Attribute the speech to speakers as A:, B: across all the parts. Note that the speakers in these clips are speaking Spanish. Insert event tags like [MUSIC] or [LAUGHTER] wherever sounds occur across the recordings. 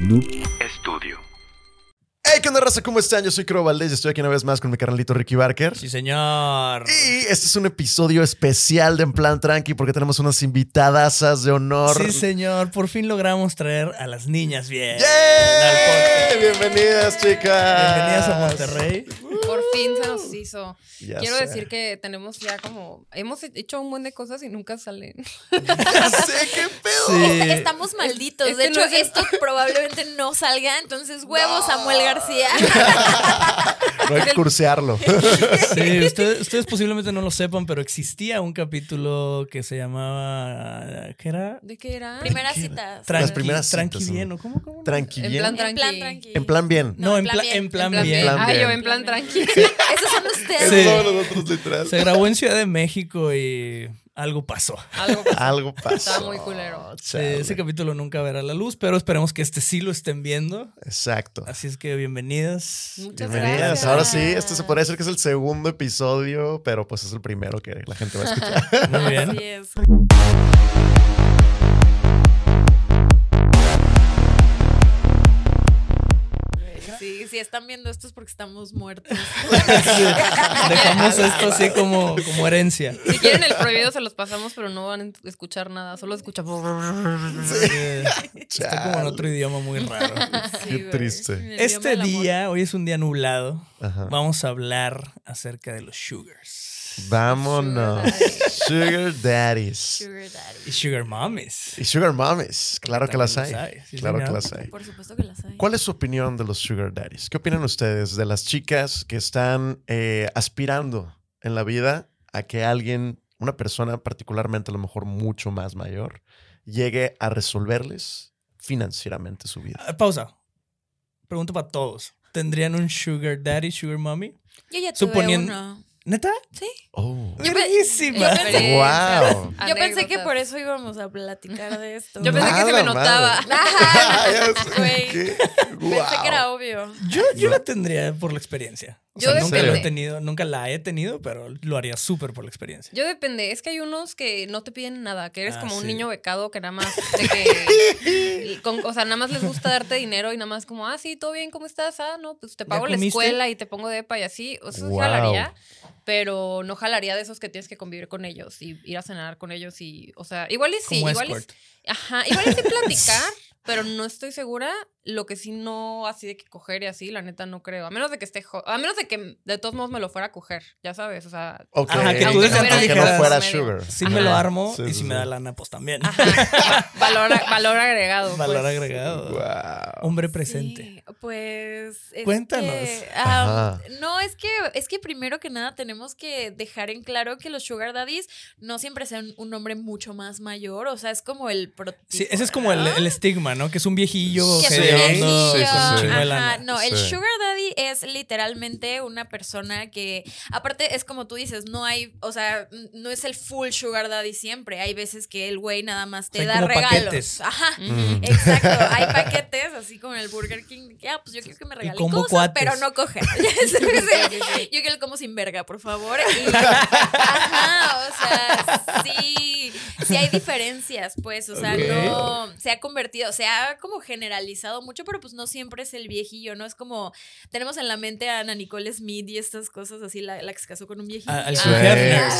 A: Noob Studio.
B: Hey, ¿qué onda, raza? ¿Cómo están? Yo soy Cro Valdés y estoy aquí una vez más con mi carnalito Ricky Barker.
C: Sí, señor.
B: Y este es un episodio especial de En Plan Tranqui porque tenemos unas invitadasas de honor.
C: Sí, señor. Por fin logramos traer a las niñas bien.
B: ¡Yay!
C: al podcast.
B: Bienvenidas, chicas.
C: Bienvenidas a Monterrey.
D: Por fin se nos hizo.
B: Ya
D: Quiero
B: sé.
D: decir que tenemos ya como. Hemos hecho un buen de cosas y nunca salen. [LAUGHS]
B: [LAUGHS] Ya sé, qué pedo.
C: Sí.
E: Estamos malditos.
D: Este
E: de hecho,
D: no es el-
E: esto probablemente no salga. Entonces, huevos, Samuel García.
B: No hay que
D: [LAUGHS]
B: cursearlo.
C: Sí, ustedes, ustedes posiblemente no lo sepan, pero existía un capítulo que se llamaba. ¿Qué era?
D: ¿De qué era?
E: Primeras citas.
C: Tranqui,
B: Las primeras
C: tranqui
B: citas,
C: bien,
B: ¿no?
C: ¿no? ¿Cómo, cómo?
B: Tranqui
D: En
B: bien.
D: plan-
E: En plan
D: Tranqui.
E: tranqui.
B: En plan bien.
C: No, en, plan, en plan bien.
B: plan
D: Ah, yo
B: bien.
D: en plan tranqui.
E: Esos son ustedes.
C: Sí.
B: Todos nosotros, literal.
C: Se grabó en Ciudad de México y algo pasó.
D: [LAUGHS] Algo pasó.
B: Algo pasó.
D: Está muy culero.
C: Sí,
B: Chale.
C: ese capítulo nunca verá la luz, pero esperemos que este sí lo estén viendo.
B: Exacto.
C: Así es que bienvenidas.
D: Muchas
B: Bienvenidas.
D: gracias.
B: Ahora sí, este se podría decir que es el segundo episodio, pero pues es el primero que la gente va a escuchar.
D: [LAUGHS]
C: Muy bien.
E: Así es. Sí, si están viendo esto es porque estamos muertos.
C: [LAUGHS] Sí,
E: [LAUGHS]
C: Dejamos esto así como, como herencia.
D: Si quieren el prohibido se los pasamos, pero no van a escuchar nada. Solo escuchamos.
C: Eh, Está como en otro idioma muy raro.
B: Qué triste.
C: Este día, hoy es un día nublado.
B: Ajá.
C: Vamos a hablar acerca de los sugars
B: Vámonos. Sugar daddies.
E: Sugar daddy.
C: y sugar mommies.
B: Y sugar mommies. Claro que las hay.
C: También las hay, sí,
B: claro que
C: señor.
B: las hay.
E: Por supuesto que las hay.
B: ¿Cuál es su opinión de los sugar daddies? ¿Qué opinan ustedes de las chicas que están eh, aspirando en la vida a que alguien, una persona particularmente a lo mejor mucho más mayor, llegue a resolverles financieramente su vida?
C: Ah, Pausa. Pregunta para todos. ¿Tendrían un sugar daddy, sugar mommy?
E: Yo ya
C: Suponiendo-
E: tuve uno.
C: ¿Neta?
B: Oh.
E: Yo pe-
C: Bravísima.
D: eh,
E: yo pensé-
B: Wow.
E: Yo pensé que por eso íbamos a platicar de esto.
D: Yo pensé que se me
B: Nada
D: notaba. [LAUGHS]
E: Ajá.
B: [LAUGHS]
E: Güey.
B: Pensé
E: Pensé que era obvio.
C: Yo, yo la tendría por la experiencia. O
D: Yo
C: sea,
D: de-
C: nunca lo he
B: Sí.
C: tenido, nunca la he tenido, pero lo haría súper por la experiencia.
D: Yo depende, es que hay unos que no te piden nada, que eres
C: Ah,
D: como un
C: sí.
D: niño becado que
C: [LAUGHS]
D: nada más de que con- o sea, nada más les gusta darte dinero y nada más como, ah, sí, todo bien, ¿cómo estás? Ah, no, pues te
C: ¿Ya
D: pago la
C: comiste?
D: escuela y te pongo de epa y así. O sea, sí
B: Wow.
D: jalaría, pero no jalaría de esos que tienes que convivir con ellos y ir a cenar con ellos y, o sea, igual y sí,
C: como
D: igual y,
C: escort.
D: ajá, igual y
C: [LAUGHS]
D: sí platicar, pero no estoy segura lo que sí no así de que coger y así, la neta no creo, a menos de que esté jo- a menos de que de todos modos me lo fuera a coger, ya sabes, o sea,
B: Ok.
C: Ajá, que tú
B: Aunque
C: desde
B: no-
C: antes
B: aunque no
C: dijeras-
B: fuera
D: medio.
B: sugar.
C: Sí me lo armo
B: Sí,
C: y
B: sí,
C: si me
B: sí.
C: da lana, pues también. [LAUGHS]
D: Ajá. valor, a- valor agregado. pues.
C: Valor agregado.
B: Wow.
C: Hombre presente.
E: Sí, pues. es
C: Cuéntanos.
E: que,
B: Ajá.
E: am, no, es que, es que primero que nada tenemos que dejar en claro que los Sugar Daddies no siempre sean un hombre mucho más mayor. O sea, es como el prototipo,
C: Sí, ese es como el,
E: ¿no?
C: el estigma, ¿no? Que es un viejillo
B: Que
E: Que
B: Sí,
E: fue
C: hediondo,
B: sí,
E: viejillo.
B: sí,
C: con
B: sí.
C: chingo de lana.
E: Ajá, no, el
B: Sí.
E: sugar daddy es literalmente una persona que, aparte es como tú dices, no hay, o sea, n- no es el full sugar daddy siempre. Hay veces que el güey nada más te
C: Hay
E: da
C: como
E: regalos.
C: paquetes.
E: Ajá.
D: Mm.
E: Exacto, hay paquetes así como en el Burger King. Que, ah, pues yo quiero que me regalen
C: combo
E: cosas,
C: cuates.
E: pero no coger. [LAUGHS] Sí, sí, sí. yo quiero el como sin verga, por favor. Y- ajá, o sea, sí, sí hay diferencias, pues, o sea,
C: Ok.
E: no se ha convertido, se ha como generalizado mucho, pero pues no siempre es el viejillo, ¿no? Es como tenemos en la mente a Ana Nicole Smith y estas cosas así, la, la que se casó con un viejillo.
C: Ah, al
B: Sí,
C: Hugh Hefner.
B: sí,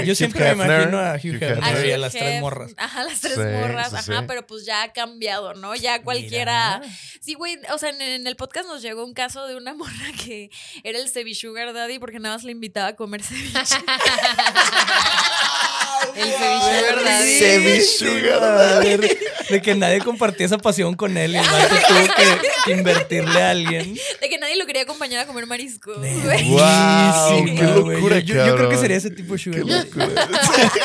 B: sí.
C: Yo
B: Hugh
C: siempre me
B: Hefner,
C: imagino a Hugh
B: Hugh
C: Hefner.
E: A
C: Pero
B: Hefner.
C: y a
E: Hugh
C: las tres
E: Hefner.
C: morras.
E: Ajá, las tres
B: Sí,
E: morras,
B: sí,
E: ajá,
B: sí.
E: pero pues ya ha cambiado, ¿no? Ya cualquiera.
C: Mira.
E: Sí, güey, o sea, en, en el podcast nos llegó un caso de una [LAUGHS] morra que era el ceviche sugar daddy porque nada más le invitaba a comer ceviche.
D: El ceviche, ¿verdad?
C: Sí,
B: Se vi
C: sí,
B: sugar
C: va, de- De que nadie compartía esa pasión con él y el vato tuvo que, que invertirle a alguien.
E: De que nadie lo quería acompañar a comer mariscos, güey.
B: Wow,
C: Buenísima,
B: qué
C: güey.
B: locura,
C: Yo, yo- yo creo que
B: cabrón.
C: sería ese tipo de sugar. daddy. [LAUGHS] El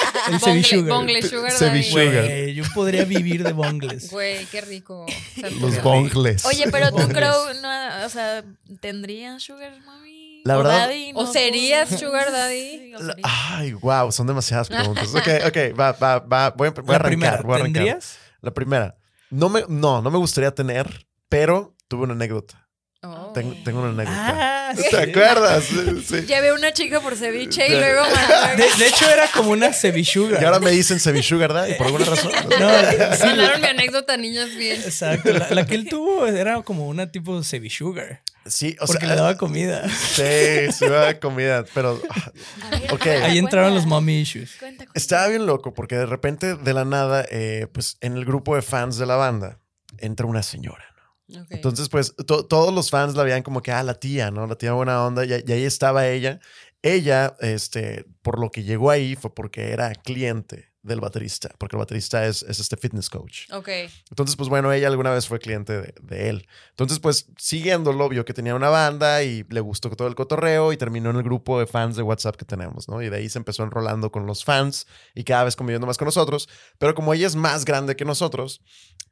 D: Bongle,
C: Sebi Sugar.
D: bongle sugar.
B: Sebi
D: daddy.
B: sugar.
C: Güey, yo podría vivir de bongles.
D: Güey, qué rico. Santo
B: Los
D: Dios.
B: bongles.
E: Oye, pero tú
C: Pobres.
E: creo, no, o sea, ¿tendría sugar mommy?
B: La
E: ¿O
B: verdad-
E: daddy?
D: ¿O
E: No,
D: serías
E: pues,
D: sugar daddy?
E: sí, o
B: La- ah, Ay,
E: serías.
B: wow, son demasiadas
D: [LAUGHS]
B: preguntas. Ok, ok, va, va, va. Voy a, voy a
C: La
B: arrancar.
C: primera,
B: voy a arrancar.
C: ¿tendrías?
B: La primera. No me, no, no me gustaría tener, pero tuve una anécdota.
D: Oh.
B: Tengo, tengo una anécdota.
C: Ah, sí.
B: ¿Te acuerdas?
C: [LAUGHS]
B: Sí, sí.
E: Llevé a una chica por ceviche y
B: Ya.
E: luego
C: De,
E: mandó.
C: de hecho, era como una
B: Y
C: cevichuga.
B: ahora me dicen Sugar Daddy por alguna razón.
C: No, sí, la-
D: Mandaron mi anécdota, niñas, bien.
C: exacto. La, la que él tuvo era como una tipo cevichugar.
B: Sí, o sea,
C: Porque le daba comida.
B: sí, sí, me daba comida, pero ah,
E: A ver,
B: Ok.
E: cuenta,
B: Ahí
C: Ahí entraron los
E: cuenta,
C: mommy issues.
E: cuenta, cuenta.
B: estaba bien loco porque de repente, de la nada, eh, pues en el grupo de fans de la banda entra una señora.
D: Ok.
B: Entonces, pues to- todos los fans la veían como que, ah, la tía, ¿no? La tía buena onda. Y, y ahí estaba ella. Ella, este, por lo que llegó ahí fue porque era cliente del baterista, porque el baterista es, es este fitness coach.
D: Ok.
B: Entonces, pues bueno, ella alguna vez fue cliente de, de él. Entonces, pues siguiéndolo, vio que tenía una banda y le gustó todo el cotorreo y terminó en el grupo de fans de WhatsApp que tenemos, ¿no? Y de ahí se empezó enrolando con los fans y cada vez conviviendo más con nosotros. Pero como ella es más grande que nosotros,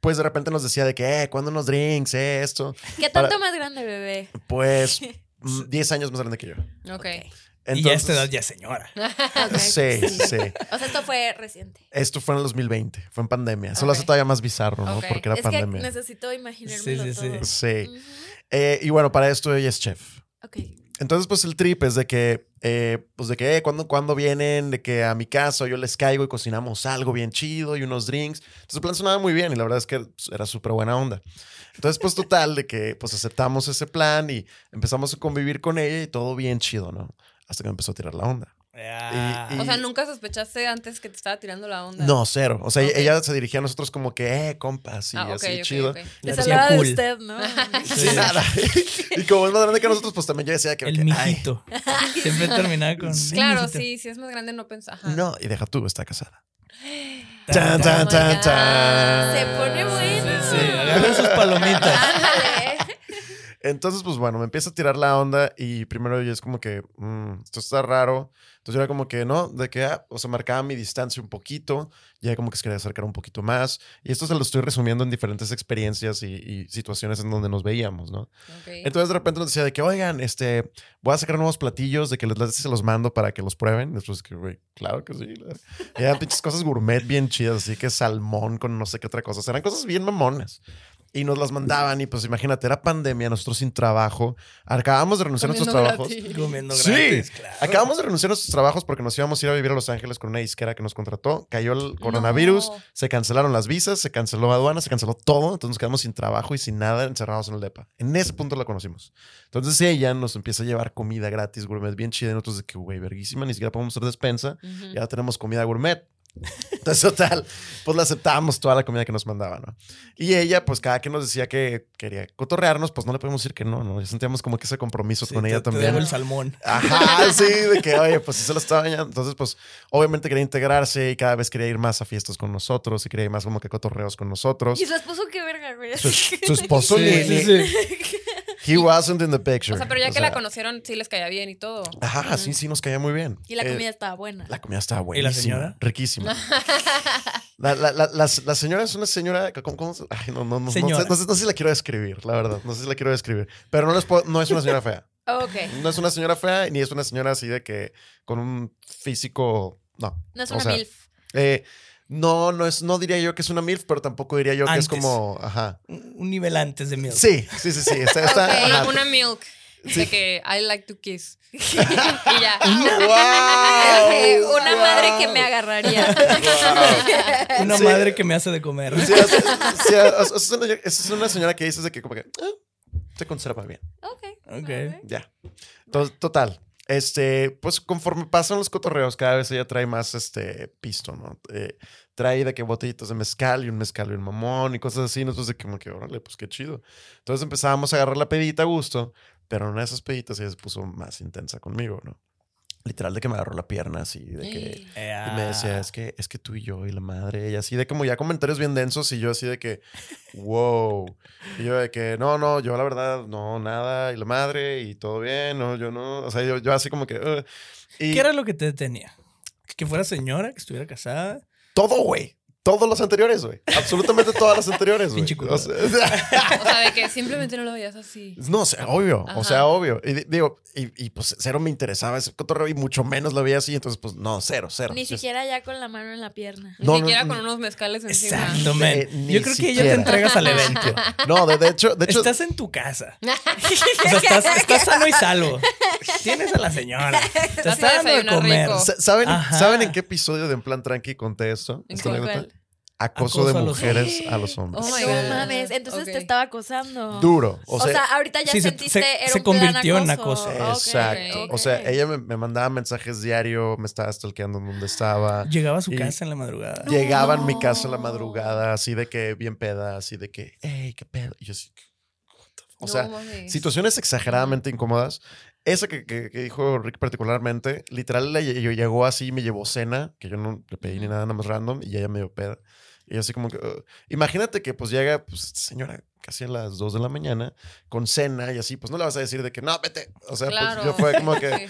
B: pues de repente nos decía de que, eh, ¿cuándo nos drinks? Eh, esto.
E: ¿Qué tanto más grande, bebé?
B: Pues mm, 10 años más grande que yo.
C: [LAUGHS]
D: Ok.
C: y ya a esta edad ya es señora.
E: Ok.
B: Sí, sí.
E: O sea, esto fue reciente.
B: Esto fue en el 2020, fue en pandemia. Eso lo
D: Ok.
B: hace todavía más bizarro, ¿no?
D: Ok.
B: Porque era
E: es que
B: pandemia.
E: necesito imaginarme
C: Sí, sí, sí.
E: todo.
B: Sí.
E: Ujú.
B: Eh, y bueno, para esto ella es chef.
E: Ok.
B: Entonces, pues el trip es de que, eh, pues de que, eh, ¿cuándo, cuándo vienen? De que a mi casa yo les caigo y cocinamos algo bien chido y unos drinks. Entonces, el plan sonaba muy bien y la verdad es que era súper buena onda. Entonces, pues total, de que pues aceptamos ese plan y empezamos a convivir con ella y todo bien chido, ¿no? Hasta que me empezó a tirar la onda.
C: Ah.
B: Y-
D: O sea, nunca sospechaste antes que te estaba tirando la onda.
B: No, cero. O sea, e
D: Ok.
B: ella se dirigía a nosotros como que, eh, compas, y
D: Ah, ok,
B: así
D: ok,
B: chido.
D: ok.
C: La
E: Les
C: tía
E: hablaba
C: cool.
E: de
B: [LAUGHS]
E: usted, ¿no?
B: Sí, nada. [LAUGHS] y como es más grande que nosotros, pues también yo decía que,
C: El
B: que, ay,
D: [LAUGHS]
C: mijito. Siempre terminaba con.
B: Sí.
D: Claro,
C: "Mijito".
D: sí, si es más grande no pensaba.
B: no, y deja tú, está casada.
C: Tan,
B: Tan, tan,
C: tan.
D: Oh my
B: tan,
D: God.
B: tan.
E: Se pone
C: Sí,
E: bueno.
C: sí, agarra sus palomitas.
E: Ándale.
B: Entonces, pues bueno, me empieza a tirar la onda y primero yo es como que, "Mm, esto está raro. Entonces yo era como que, no, de que, ah, o sea, marcaba mi distancia un poquito, ya como que se quería acercar un poquito más. Y esto se lo estoy resumiendo en diferentes experiencias y, y situaciones en donde nos veíamos, ¿no?
D: Ok.
B: Entonces de repente nos decía de que, oigan, este, voy a sacar nuevos platillos, de que les las- se los mando para que los prueben. Después que, güey, claro que sí. Y eran pinches cosas gourmet bien chidas, así que salmón con no sé qué otra cosa. Eran cosas bien mamonas. Y nos las mandaban y pues imagínate, era pandemia, nosotros sin trabajo. Acabamos de renunciar a nuestros
D: Comiendo
B: pues, trabajos.
D: gratis.
C: Comiendo
B: Sí.
C: gratis, claro.
B: Acabamos de renunciar a nuestros trabajos porque nos íbamos a ir a vivir a Los Ángeles con una disquera que nos contrató. Cayó el coronavirus,
D: No.
B: se cancelaron las visas, se canceló aduana, se canceló todo. Entonces nos quedamos sin trabajo y sin nada encerrados en el DEPA. En ese punto la conocimos. Entonces ella nos empieza a llevar comida gratis, gourmet, bien chida. Y nosotros de que, güey, verguísima, ni siquiera podemos hacer despensa.
D: Ujú.
B: Ya tenemos comida gourmet. [LAUGHS] Entonces, total, pues la aceptábamos toda la comida que nos mandaba, ¿no? Y ella, pues cada que nos decía que quería cotorrearnos, pues no le podemos decir que no, ¿no? Ya sentíamos como que ese compromiso
C: Sí,
B: Pues con
C: te-
B: ella
C: te
B: también.
C: debo el salmón.
B: Ajá, sí, de que, oye, pues sí se lo estaba bañando. Entonces, pues, obviamente quería integrarse y cada vez quería ir más a fiestas con nosotros y quería ir más como que a cotorreos con nosotros.
E: ¿Y su esposo qué verga, güey?
B: Su,
E: [LAUGHS]
B: su esposo,
C: Sí,
B: ni-
C: sí,
B: ni-
C: sí.
B: he wasn't in the picture.
D: O sea, pero ya
B: O
D: que
B: sea,
D: la conocieron, sí les caía bien y todo. [LAUGHS]
B: Ajá, sí, sí, nos caía muy bien.
E: Y la
B: Eh,
E: comida estaba buena.
B: la comida estaba
C: ¿Y la
B: buenísima.
C: señora?
B: Riquísima.
D: Ah.
B: La, la- la- la- la señora es una señora. ¿Cómo, cómo se- Ay, no, no, no, no sé,
C: Señora.
B: no sé- no sé si la quiero describir, la verdad. No sé si la quiero describir. Pero no, les puedo- no es una señora fea.
E: Ok.
B: No es una señora fea ni es una señora así de que con un físico. No.
E: No es
B: O
E: una
B: sea,
E: MILF. [LAUGHS]
B: Eh, no, no es, no diría yo que es una MILF, pero tampoco diría yo
C: Antes.
B: que es como. Ajá.
C: Un un nivel antes de miedo.
B: Sí, sí, sí, sí. Está, está-
D: Ok, una,
B: ajá.
D: una milk.
B: [LAUGHS]
D: De que I like to kiss. [LAUGHS] y ya.
E: Eh,
B: ¡Guau!
E: una madre que
B: ¡Guau!
E: me
B: [LAUGHS]
E: agarraría.
C: Una
B: Sí.
C: madre que me hace de comer. [LAUGHS]
B: Sí, es, sí, es- es una, es una señora que dices de que como que "Ah, se conserva bien.
E: ok.
C: Ok.
B: Ya. To- Total. Este, pues conforme pasan los cotorreos, cada vez ella trae más este pisto, ¿no? Eh, trae de que botellitas de mezcal y un mezcal y un mamón y cosas así. Nosotros de que, como que, órale, pues qué chido. Entonces empezábamos a agarrar la pedita a gusto, pero en una de esas peditas ella se puso más intensa conmigo, ¿no? Literal de que me agarró la pierna así, de
D: ¡Eh!
B: que.
C: Eh,
B: Y me decía,
C: Ah.
B: es que, es que tú y yo y la madre, y así de como ya comentarios bien densos, y yo así de que, wow. Y yo de que, no, no, yo la verdad, no, nada, y la madre, y todo bien, no, yo no. O sea, yo, yo así como que, "Ugh". y
C: ¿Qué era lo que te detenía? Que fuera señora, que estuviera casada.
B: todo, güey. Todos los anteriores, güey. Absolutamente todas las anteriores, güey.
C: Pinche culo.
B: O sea, [LAUGHS]
D: O sea, de que simplemente no lo veías así.
B: no, o sea, obvio.
D: Ajá.
B: O sea, obvio. Y di- digo, y, y, pues cero me interesaba ese cotorreo y mucho menos lo veía así. Entonces, pues no, cero, cero.
E: Ni
B: Yo-
E: siquiera ya con la mano en la pierna.
D: Ni
B: No, no,
D: siquiera
B: no.
D: con unos mezcales encima.
C: Exacto, man.
B: Eh, ni
C: Yo creo que ya te
B: siquiera.
C: entregas al evento.
B: No, de, de hecho,
C: [LAUGHS]
B: de hecho.
C: Estás en tu
D: [LAUGHS]
C: casa. O sea, estás, estás sano y salvo. Tienes a la señora. Te
D: a
C: está dando de
D: desayunar
C: comer.
D: rico.
B: sa- ¿Saben,
C: Ajá.
B: ¿Saben en qué episodio de En Plan Tranqui conté esto?
D: ¿En
B: Esta
D: cuál?
B: anécdota.
C: Acoso
B: Acoso de
C: a los
B: mujeres
E: hombres.
B: a los hombres.
D: Oh my
E: no
D: God.
E: mames, entonces
D: Ok.
E: te estaba acosando.
B: Duro. O
E: O
B: sea,
E: sea, ahorita ya
C: Sí, se-
E: sentiste.
C: se-
E: era
C: se
E: un plan
C: convirtió en
E: acoso.
C: acoso.
E: Ok,
B: exacto.
E: ok.
B: O sea, ella me, me mandaba mensajes diario, me estaba stalkeando en donde estaba.
C: Llegaba a su
B: Y-
C: casa en la madrugada.
E: No.
B: Llegaba en mi casa en la madrugada, así de que bien peda, así de que, hey, qué pedo. Y yo así, o sea, situaciones exageradamente incómodas. Esa que, que- que dijo Rick particularmente, literal, la- yo llegó así, me llevó cena, que yo no le pedí ni nada, nada más random, y ella me dio peda. Y yo así como que, "Ugh". imagínate que pues llega, pues, esta señora casi a las 2 de la mañana, con cena y así, pues no le vas a decir de que, no, vete. O sea,
D: Claro.
B: pues yo fue como que,
D: [LAUGHS] Sí.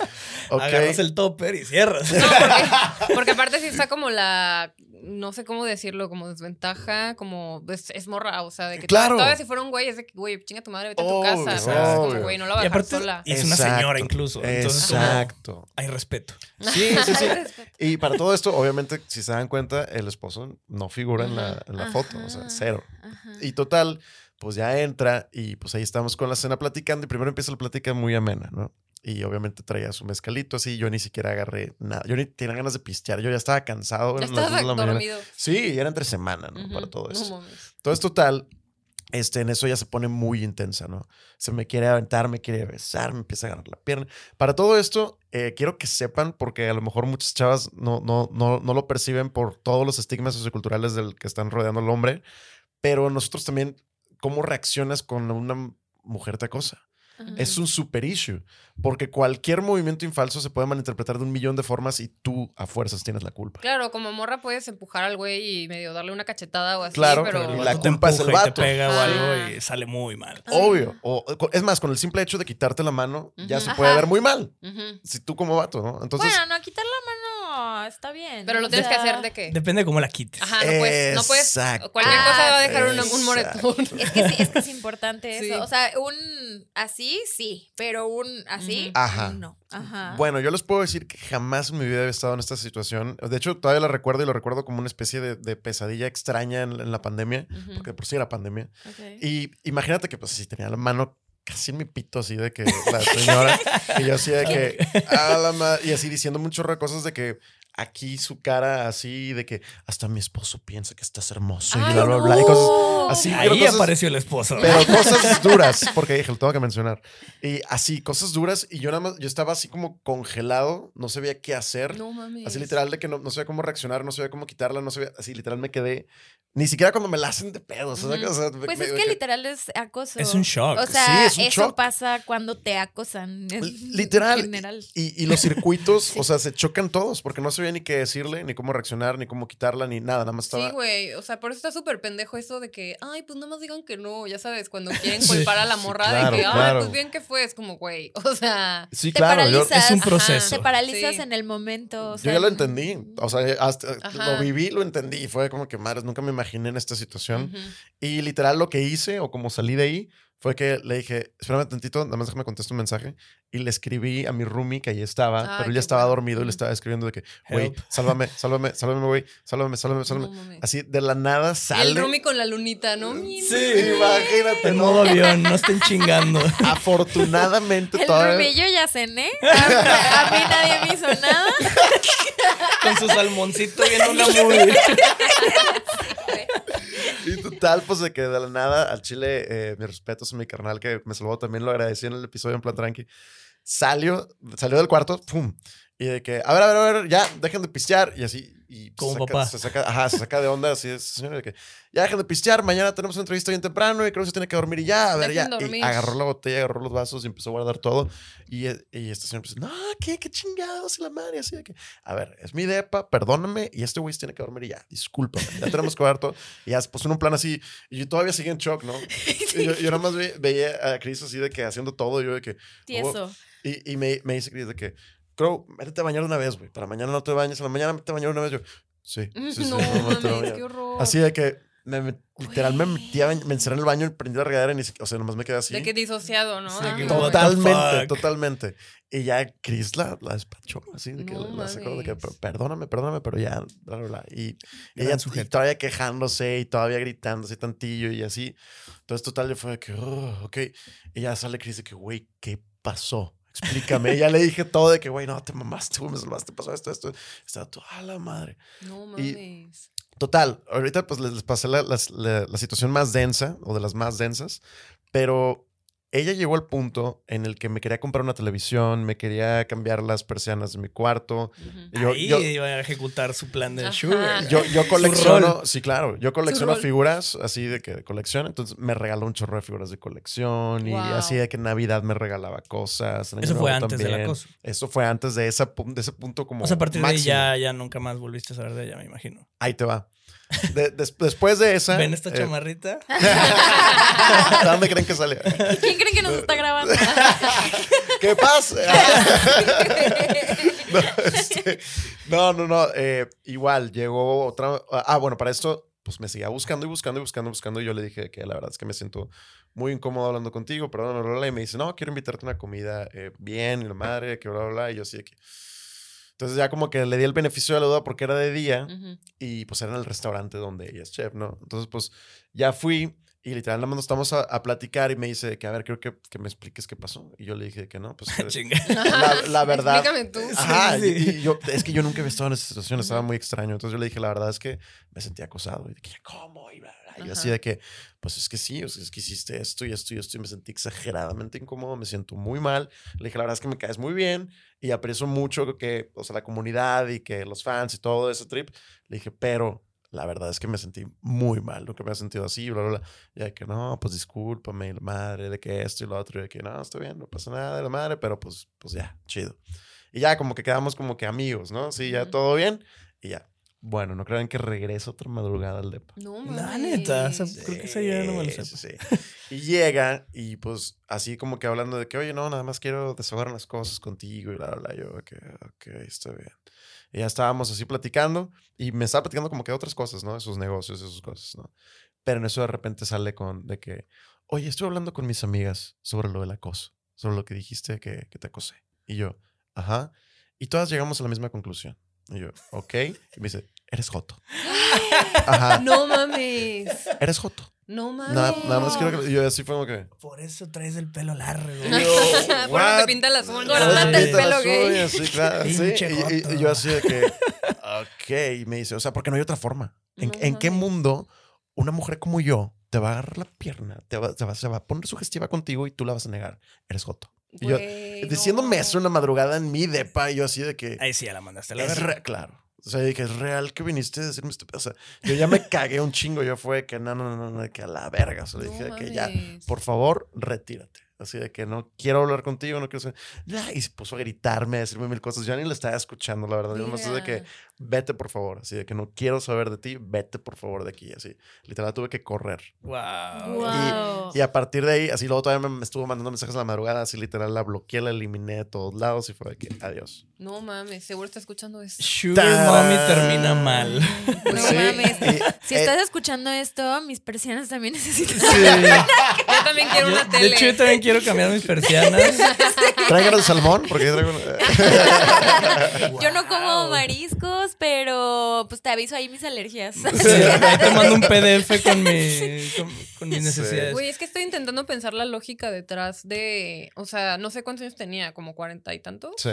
B: ok.
C: Agarras el topper y cierras.
D: No,
B: [LAUGHS]
D: porque, porque aparte sí está como la, no sé cómo decirlo, como desventaja, como es, es morra, o sea, de que
B: Claro.
D: todavía si fuera un güey es de que, güey, chinga tu madre, vete a tu
B: Obvio,
D: casa. O sea, es
B: obvio.
D: como, güey, no la
C: Y
D: bajas
C: aparte
D: sola.
C: es una
B: Exacto.
C: señora incluso. Entonces como,
B: Exacto.
C: hay respeto.
B: Sí, sí, sí. Y para todo esto, obviamente, si se dan cuenta, el esposo no figura en la, en la foto, o sea,
E: Ajá.
B: cero.
E: Ajá.
B: Y total, pues ya entra y pues ahí estamos con la cena platicando y primero empieza la plática muy amena, ¿no? Y obviamente traía su mezcalito así, yo ni siquiera agarré nada, yo ni tenía ganas de pistear, yo ya estaba cansado.
D: Ya
B: eran las
D: estás
B: dos de la mañana.
D: dormido.
B: Sí, era entre semana, ¿no? Para
D: Ujú.
B: todo
D: No
B: eso.
D: mames.
B: Entonces, total, este, en eso ya se pone muy intensa, ¿no? Se me quiere aventar, me quiere besar, me empieza a agarrar la pierna. Para todo esto, eh, quiero que sepan, porque a lo mejor muchas chavas no, no, no, no lo perciben por todos los estigmas socioculturales del que están rodeando al hombre, pero nosotros también, ¿cómo reaccionas con una mujer te acosa?
E: Ajá.
B: Es un super issue, porque cualquier movimiento infalso se puede malinterpretar de un millón de formas y tú a fuerzas tienes la culpa.
D: Claro, como morra puedes empujar al güey y medio darle una cachetada o así,
B: Claro,
D: pero...
B: y
C: Pero
B: la
C: el vato te
B: culpa es el
C: empuja y
B: vato.
C: te pega o
D: Ah.
C: algo y sale muy mal.
B: Obvio. O, o- es más, con el simple hecho de quitarte la mano, ya se
D: Ujú.
B: puede
E: Ajá.
B: ver muy mal.
D: Ujú.
B: Si tú como vato, ¿no? Entonces,
E: bueno, no, quitar la mano está bien.
D: Pero lo
E: o
D: tienes que
E: sea,
D: hacer de qué.
C: Depende de cómo la quites.
D: Ajá, no puedes, no puedes.
B: Exacto.
D: Cualquier cosa va a dejar un,
B: Exacto.
D: un moretón.
E: Es que sí, es que es importante
D: Sí.
E: eso. O sea, un así, sí, pero un así,
D: Ujú.
B: Ajá.
E: no. Ajá.
B: bueno, yo les puedo decir que jamás en mi vida había estado en esta situación. De hecho, todavía la recuerdo y lo recuerdo como una especie de, de pesadilla extraña en, en la pandemia,
D: Ujú.
B: porque por si era pandemia.
E: Ok.
B: Y imagínate que, pues, si tenía la mano casi en mi pito, así de que la señora, y yo así de que, a la ma-", y así diciendo un chorro de cosas de que aquí su cara así, de que hasta mi esposo piensa que estás hermoso, y
D: Ay,
B: bla, bla, bla, y cosas así. Ah, pero
C: Ahí
B: cosas-
C: apareció el esposo.
B: Pero
E: [LAUGHS]
B: cosas duras, porque dije, lo tengo que mencionar. Y así, cosas duras, y yo nada más, yo estaba así como congelado, no sabía qué hacer.
D: No mames.
B: Así literal de que no, no sabía cómo reaccionar, no sabía cómo quitarla, no sabía, así literal me quedé, ni siquiera cuando me la hacen de pedos. o sea,
D: Ujú.
B: o sea, me-
E: Pues
B: me-
E: es
B: me
E: que
B: quedé-
E: literal es acoso.
C: Es un shock.
E: O sea,
B: Sí, es un
E: eso
B: shock.
E: pasa cuando te acosan. es
B: L- literal.
E: General.
B: Y, y los
E: [LAUGHS]
B: circuitos, o sea, se chocan todos, porque no sabía ni qué decirle, ni cómo reaccionar, ni cómo quitarla, ni nada, nada más estaba...
D: Sí, güey. O sea, por eso está súper pendejo eso de que, ay, pues nada más digan que no. Ya
B: [LAUGHS]
D: sabes, cuando quieren
C: Sí.
D: culpar a la
B: Sí,
D: morra
B: claro,
D: de que, ay,
B: claro.
D: pues bien que fue. Es como, güey. [LAUGHS] O sea,
B: Sí,
E: Te
B: claro, yo,
E: paraliza.
C: es un
E: ajá,
C: proceso.
E: Te paralizas
D: Sí.
E: en el momento. o
B: yo
E: sea,
B: ya lo entendí, o sea, hasta-
D: Ajá.
B: lo viví, lo entendí, y fue como que, madres, nunca me imaginé en esta situación.
D: ujú.
B: Y literal lo que hice, o como salí de ahí, fue que le dije, espérame tantito, nada más déjame contestar un mensaje, y le escribí a mi roomie, que ahí estaba,
D: Ay,
B: pero él
D: Ah, qué
B: ya estaba
D: bueno.
B: dormido, y le
D: Ujú.
B: estaba escribiendo de que, güey,
C: Help.
B: sálvame, sálvame, sálvame, güey, sálvame,
D: [LAUGHS]
B: sálvame, sálvame.
D: No mames.
B: Así de la nada
D: Y
B: sale.
D: el roomie con la lunita, ¿no?
B: Sí, [LAUGHS] imagínate,
C: En
B: ¿no?
C: modo avión, no estén
B: [LAUGHS]
C: chingando.
B: Afortunadamente
E: El
B: todavía.
E: rumillo ya cené. [LAUGHS] A, a mí nadie me hizo nada.
C: Con su salmoncito viendo una movie.
B: Y total, pues de que de la nada al chile, eh, mis respetos a mi carnal que me salvó, también lo agradecí en el episodio en plan tranqui. Salió, salió del cuarto, pum. Y de que, a ver, a ver, a ver, ya, dejen de pistear. Y así, y
C: Como
B: se saca,
C: papá.
B: Se saca, ajá, se saca de onda, así es, señor, de que, ya dejen de pistear, mañana tenemos una entrevista bien temprano y creo que se tiene que dormir y ya, a ver,
D: Dejen
B: ya. Y
D: dormir.
B: agarró la botella, agarró los vasos y empezó a guardar todo. Y, eh, y este señor empezó, no, qué, qué chingados y la madre, así de que, a ver, es mi depa, perdóname, y este güey se tiene que dormir y ya, discúlpame, ya tenemos que guardar todo. Y ya se puso en un plan así, y yo todavía seguía en shock,
D: [LAUGHS]
B: ¿no? Y yo, yo nada más ve- veía a Chris así de que haciendo todo, y yo de que,
E: Tieso.
B: y, y me, me dice Chris de que, Crow, métete a bañar de una vez, güey, para mañana no te bañes, a la mañana te bañar de una vez, yo, Sí.
D: [LAUGHS]
B: sí, sí,
D: [LAUGHS]
B: [LAUGHS]
D: No,
B: me
D: mames,
B: mató, ya.
D: qué horror.
B: Así de que me, me- literal me
E: Güey.
B: metía, me encerré en el baño, prendí la regadera y ni si- o sea, nomás me quedé así.
D: De que disociado, ¿no?
C: Sí,
D: Ah,
C: que
D: no,
C: what the
B: Totalmente,
C: fuck.
B: totalmente. Y ya Chris la, la despachó, así de que
D: No
B: la sacó de que
D: mames.
B: perdóname, perdóname, pero ya, bla, bla, bla. Y, y
C: Gran
B: ella y
C: sujeto.
B: todavía quejándose y todavía gritándose tantillo y así. Entonces, total, yo fue de que, "Ugh, ok. Y ya sale Chris de que, güey, ¿qué pasó? Explícame. Y ya le dije todo de que, güey, no, te mamaste, güey, me salvaste, pasó esto, esto. Estaba toda la madre.
D: No
B: Y-
D: mames.
B: Total, ahorita pues les, les pasé la, las- la- la situación más densa o de las más densas, pero ella llegó al punto en el que me quería comprar una televisión, me quería cambiar las persianas de mi cuarto.
D: Ujú.
B: Yo,
C: Ahí
B: yo,
C: iba a ejecutar su plan de
D: Ajá.
C: sugar.
B: yo, yo colecciono,
C: Ah. rol.
B: sí, claro, yo colecciono
D: rol.
B: figuras así de que de colección, entonces me regaló un chorro de figuras de colección y
D: Wow.
B: así de que en Navidad me regalaba cosas. en Año
C: Eso fue
B: Nuevo
C: antes del
B: también.
C: acoso.
B: Eso fue antes de, esa, pu- de ese punto como...
C: O sea, a partir
B: máximo.
C: de ahí ya, ya nunca más volviste a saber de ella, me imagino.
B: Ahí te va. De- des- después de esa...
C: ¿Ven esta
B: eh,
C: chamarrita?
B: [LAUGHS] ¿De dónde creen que sale?
E: ¿Quién creen que nos
B: [LAUGHS]
E: está grabando?
B: ¿Qué pasa? no, este, no, no, no, eh, igual, llegó otra... Ah, bueno, para esto, pues me seguía buscando y buscando y buscando y buscando. Y yo le dije que la verdad es que me siento muy incómodo hablando contigo, perdón, bla, bla, bla, Y me dice, no, quiero invitarte a una comida eh, bien, y la madre, que bla, bla, bla. Y yo así de que... Entonces ya como que le di el beneficio de la duda porque era de día.
D: Ujú.
B: y pues era en el restaurante donde ella es chef, ¿no? Entonces, pues ya fui y literal nada más nos estamos a, a platicar y me dice que, a ver, creo que, que me expliques qué pasó. Y yo le dije que no, pues
C: [LAUGHS]
B: que-
C: Chinga.
B: la, la verdad.
D: [LAUGHS]
B: ah,
D: Explícame tú.
B: Ajá,
C: Sí, sí.
B: y- y yo, es que yo nunca había estado en esa situación, estaba
D: Ujú.
B: muy extraño. Entonces yo le dije, la verdad es que me sentí acosado. Y de que, ¿cómo? Y, bla, bla, bla. Y yo así
D: Ajá.
B: de que, pues es que sí, o sea, es que hiciste esto y esto y esto. Y me sentí exageradamente incómodo, me siento muy mal. Le dije, la verdad es que me caes muy bien y aprecio mucho que, o sea, la comunidad y que los fans y todo ese trip. Le dije, pero la verdad es que me sentí muy mal, nunca me había sentido así, bla, bla, bla. Y de que, no, pues discúlpame, y la madre, de que esto y lo otro. Y de que, no, está bien, no pasa nada, de la madre, pero pues, pues ya, chido. Y ya como que quedamos como que amigos, ¿no? Sí, ya
D: Ujú.
B: todo bien. Y ya. Bueno, no crean que regreso otra madrugada al depa.
D: No mames.
C: La neta, o sea, creo que esa ya no me lo
B: Sí, sí,
C: sé.
B: sí. Y llega y pues así como que hablando de que, oye, no, nada más quiero desahogar unas cosas contigo y bla, bla, bla. Yo, ok, ok, está bien. Y ya estábamos así platicando y me estaba platicando como que otras cosas, ¿no? De sus negocios, de sus cosas, ¿no? Pero en eso de repente sale con de que, oye, estoy hablando con mis amigas sobre lo del acoso, sobre lo que dijiste que, que te acosé. Y yo, ajá. Y todas llegamos a la misma conclusión. Y yo, ok. Y me dice, eres Joto. Ajá,
D: No mames.
B: eres Joto.
D: No mames.
B: Nada, nada más quiero que. y Yo así fue como
D: [LAUGHS]
B: que.
C: Por eso traes el pelo largo.
B: [LAUGHS]
D: Por eso
B: "What?".
D: te pinta las uñas.
C: Por eso te
D: Córtate el
C: pinta
D: pelo
B: las
D: gay.
B: uñas, Sí, claro. sí.
C: Pinche
B: Y, y- y
C: joto.
B: yo así de que. Ok. Y me dice, o sea, porque no hay otra forma. ¿En,
D: No
B: en qué
D: mames.
B: mundo una mujer como yo te va a agarrar la pierna, te va, te va- se va a poner sugestiva contigo y tú la vas a negar? Eres Joto. Y yo,
D: Güey, no
B: Diciéndome eso una madrugada en mi depa, y yo así de que.
C: Ahí sí ya la mandaste a la
B: Es
C: verga.
B: re- claro. O sea, dije, es real que viniste a decirme esto. O sea, yo ya me [LAUGHS] cagué un chingo. Yo fue que no, no, no, no, que a la verga. O sea, le
D: No
B: dije de que ya,
D: mames.
B: por favor, retírate. Así de que no quiero hablar contigo, no quiero ser. Ya, Y se puso a gritarme, a decirme mil cosas. Yo ni le estaba escuchando, la verdad. Yo nomás es de que
D: Mira.
B: vete, por favor. Así de que no quiero saber de ti, vete, por favor, de aquí. Así, literal, tuve que correr.
C: Wow.
E: Wow.
B: Y a partir de ahí, así luego todavía me, me estuvo mandando mensajes a la madrugada. Así literal, la bloqueé, la eliminé de todos lados y fue de que adiós.
D: No mames, seguro está escuchando esto.
C: Sugar Mommy termina mal.
E: No
B: pues, Sí,
E: mames.
B: y-
E: [LAUGHS] Si
B: eh,
E: estás escuchando esto, mis persianas
D: [LAUGHS]
E: también necesitan.
D: Yo también quiero
C: Yo-
D: una
C: de hecho, yo
E: [LAUGHS]
D: tele.
C: también quiero cambiar mis
D: [LAUGHS]
C: persianas.
B: Traigan el salmón, porque yo
E: [LAUGHS]
B: traigo. eh,
E: Yo no como
C: Wow.
E: mariscos, pero pues te aviso ahí mis alergias.
C: Sí, ahí te mando un PDF con, mi, con, con mis necesidades.
D: Güey, es que estoy intentando pensar la lógica detrás de. O sea, no sé cuántos años tenía, como cuarenta y tantos.
B: Sí.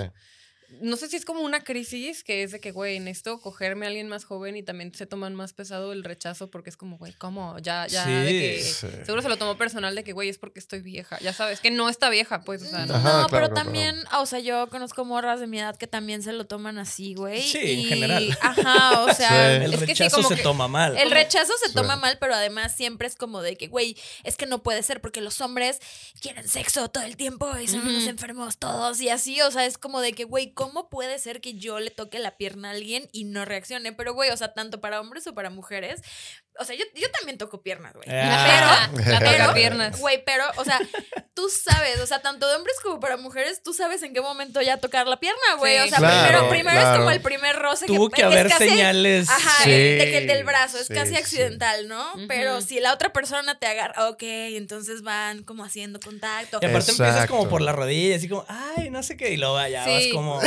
D: No sé si es como una crisis que es de que, güey, necesito cogerme a alguien más joven y también se toman más pesado el rechazo porque es como, güey, ¿cómo? Ya, ya, de
C: Sí.
D: que-
B: Sí.
D: Seguro se lo tomó personal de que, güey, es porque estoy vieja. Ya sabes, que no está vieja, pues, o sea,
E: no,
D: no.
B: Ajá, claro,
E: pero
B: claro.
E: también, ah, o sea, yo conozco morras de mi edad que también se lo toman así, güey.
C: Sí, en
E: y,
C: general.
B: [LAUGHS]
E: Ajá, o sea,
B: Sí.
C: El
D: Ah, es que sí,
C: rechazo
D: como
C: se
D: que-
C: toma mal.
E: El rechazo se
B: Sí.
E: toma mal, pero además siempre es como de que, güey, es que no puede ser porque los hombres quieren sexo todo el tiempo y son
D: Ujú.
E: unos enfermos todos y así. O sea, es como de que, güey, ¿cómo puede ser que yo le toque la pierna a alguien y no reaccione? Pero, güey, o sea, tanto para hombres o para mujeres. O sea, yo, yo también toco piernas, güey.
C: Ah.
E: Pero,
D: La
E: pero-
D: piernas.
E: Güey, pero, o sea, tú sabes, o sea, tanto de hombres como para mujeres, tú sabes en qué momento ya tocar la pierna, güey.
D: Sí.
E: O sea,
B: Claro,
E: primero, primero es
B: claro.
E: como el primer roce
C: Tuvo
E: que,
C: que
E: es
C: haber
E: casi-
C: señales.
E: Ajá,
B: Sí,
E: el, de que el del brazo, es
B: sí,
E: casi
B: sí.
E: accidental, ¿no?
D: Ujú.
E: Pero si la otra persona te agarra, ok, entonces van como haciendo contacto.
C: Y aparte empiezas
B: Exacto.
C: como por la rodilla, así como, ay, no sé qué, y luego ya
D: Sí.
C: vas
D: [LAUGHS]
C: como.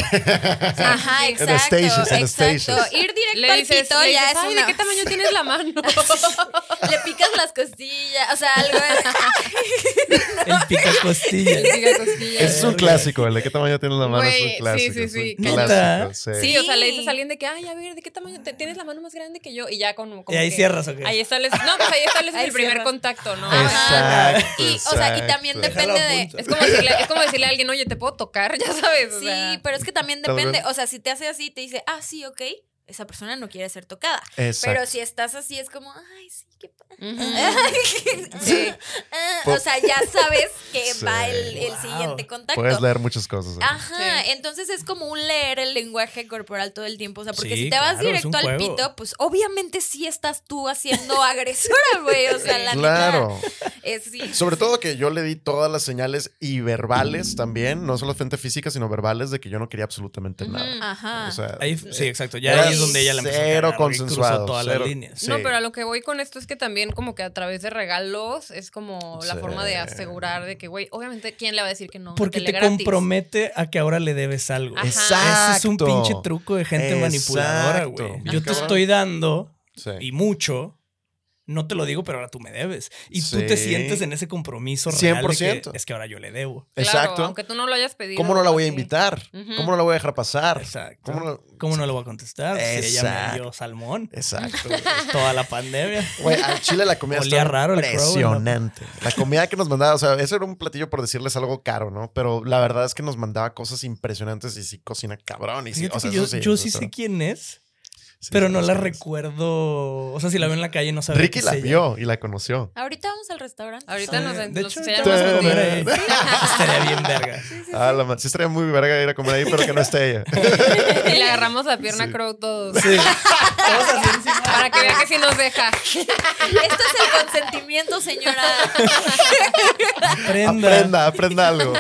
E: Ajá,
D: En
E: exacto.
B: stages, en
E: exacto.
B: stages.
E: Ir directo
D: Le
E: al
D: dices,
E: pito
D: le dices,
E: ya es
D: "Ay,
E: una...
D: ¿de qué tamaño tienes la mano?
E: [LAUGHS] Le picas las costillas, o sea, algo.
C: El pica costilla.
D: Diga cosquillas.
B: Ese es un clásico, el de qué tamaño tienes la mano es
D: Güey,
B: un
D: sí,
B: clásico.
D: sí,
B: es un
D: sí.
C: ¿Neta?
B: clásico, sí.
D: Sí, o sea, le dices
E: Sí.
D: a alguien de que, ay, a ver, ¿de qué tamaño te- tienes la mano más grande que yo? Y ya con, como
C: Y ahí
D: que-
C: cierras, ¿o qué?
D: Ahí estableces, no, pues ahí estableces
E: Ahí
D: el primer
E: cierras.
D: contacto, ¿no?
E: Ajá.
B: Exacto,
E: Y, o sea, y también
B: exacto.
C: Déjalo
E: depende
C: a
E: de.
C: punto.
D: Es como, decirle, es como decirle a alguien, oye, ¿te puedo tocar? [LAUGHS] Ya sabes, o sea.
E: Sí, pero es que también
B: Tal vez.
E: depende. O sea, si te hace así y te dice, ah, sí, ok, esa persona no quiere ser tocada.
B: Exacto.
E: Pero si estás así, es como, ay, sí, qué padre.
D: Ujú.
E: [LAUGHS]
D: Sí.
E: o sea, ya sabes que
B: Sí.
E: va el, el
C: Wow.
E: siguiente contacto.
B: Puedes leer muchas cosas. ¿eh?
D: Ah,
E: Ajá,
D: Sí.
E: entonces es como un leer el lenguaje corporal todo el tiempo, o sea, porque
C: Sí,
E: si te vas
C: claro, es
E: directo
C: un
E: al
C: juego.
E: pito, pues obviamente sí estás tú haciendo agresora, güey, o sea, la
B: Claro.
D: [LAUGHS]
E: neta es sí.
B: Sobre todo que yo le di todas las señales y verbales también, no solo frente física, sino verbales de que yo no quería absolutamente
D: Ujú. Ah.
B: nada.
E: Ajá.
B: O sea,
C: Ahí- sí, exacto. Ya
B: Era
C: ahí es donde ella la empezó a
B: cero
C: cagar, güey, cruzó
B: consensuado,
C: todas
B: cero.
C: las líneas.
D: No,
B: Sí.
D: pero a lo que voy con esto es que también como que a través de regalos es como la
B: Sí.
D: forma de asegurar de que, güey, obviamente, ¿quién le va a decir que no? a una
C: Porque
D: tele
C: te
D: gratis?
C: compromete a que ahora le debes algo.
D: Ajá.
C: Ese es un
B: Exacto.
C: pinche truco de gente
B: Exacto.
C: manipuladora, güey.
B: Bien
C: Yo te
B: cabrón.
C: estoy dando
B: sí.
C: y mucho. No te lo digo, pero ahora tú me debes. Y tú te
B: Sí.
C: sientes en ese compromiso real. de que
B: 100%.
C: es que ahora yo le debo.
D: Claro,
B: Exacto.
D: aunque tú no lo hayas pedido.
B: ¿Cómo no la voy a
D: así.
B: invitar?
D: Ujú.
B: ¿Cómo no la voy a dejar pasar?
C: Exacto.
B: ¿Cómo
C: ¿Cómo no,
B: no-
C: lo voy a contestar? Si ella me
B: Exacto.
C: dio salmón pues,
B: Exacto. güey.
C: toda la pandemia.
B: Güey, al Chile la comida
C: Olía
B: está
C: raro el Kroger, ¿no?
B: impresionante. La comida que nos mandaba, o sea, ese era un platillo por decirles algo caro, ¿no? Pero la verdad es que nos mandaba cosas impresionantes y sí cocina cabrón. Y sí,
C: Fíjate
B: o sea,
C: que
B: eso
C: yo, yo sí
B: eso-
C: sé quién es,
B: sí,
C: pero
B: sí,
C: no
B: sí,
C: la
B: sí.
C: recuerdo. O sea, si la veo en la calle no sabía.
B: Ricky
C: que
B: la
C: es ella.
B: vio y la conoció.
E: Ahorita vamos al restaurante.
D: Ahorita
C: Sí.
D: nos
C: De
D: los
C: hecho,
D: enseñan
C: ahorita
D: más
C: vamos a comer ahí.
D: contigo.
C: Estaría bien verga.
B: Ah, la ma- sí estaría muy verga ir a comer ahí, pero que no esté
C: [LAUGHS]
B: ella.
D: [LAUGHS] Y le agarramos la pierna
B: Sí.
D: a Crow todos.
C: Sí. Todos así encima.
D: Para que vea que sí
C: [LAUGHS]
D: nos deja.
E: Esto es el consentimiento, señora.
C: Aprenda.
B: aprenda, aprenda algo.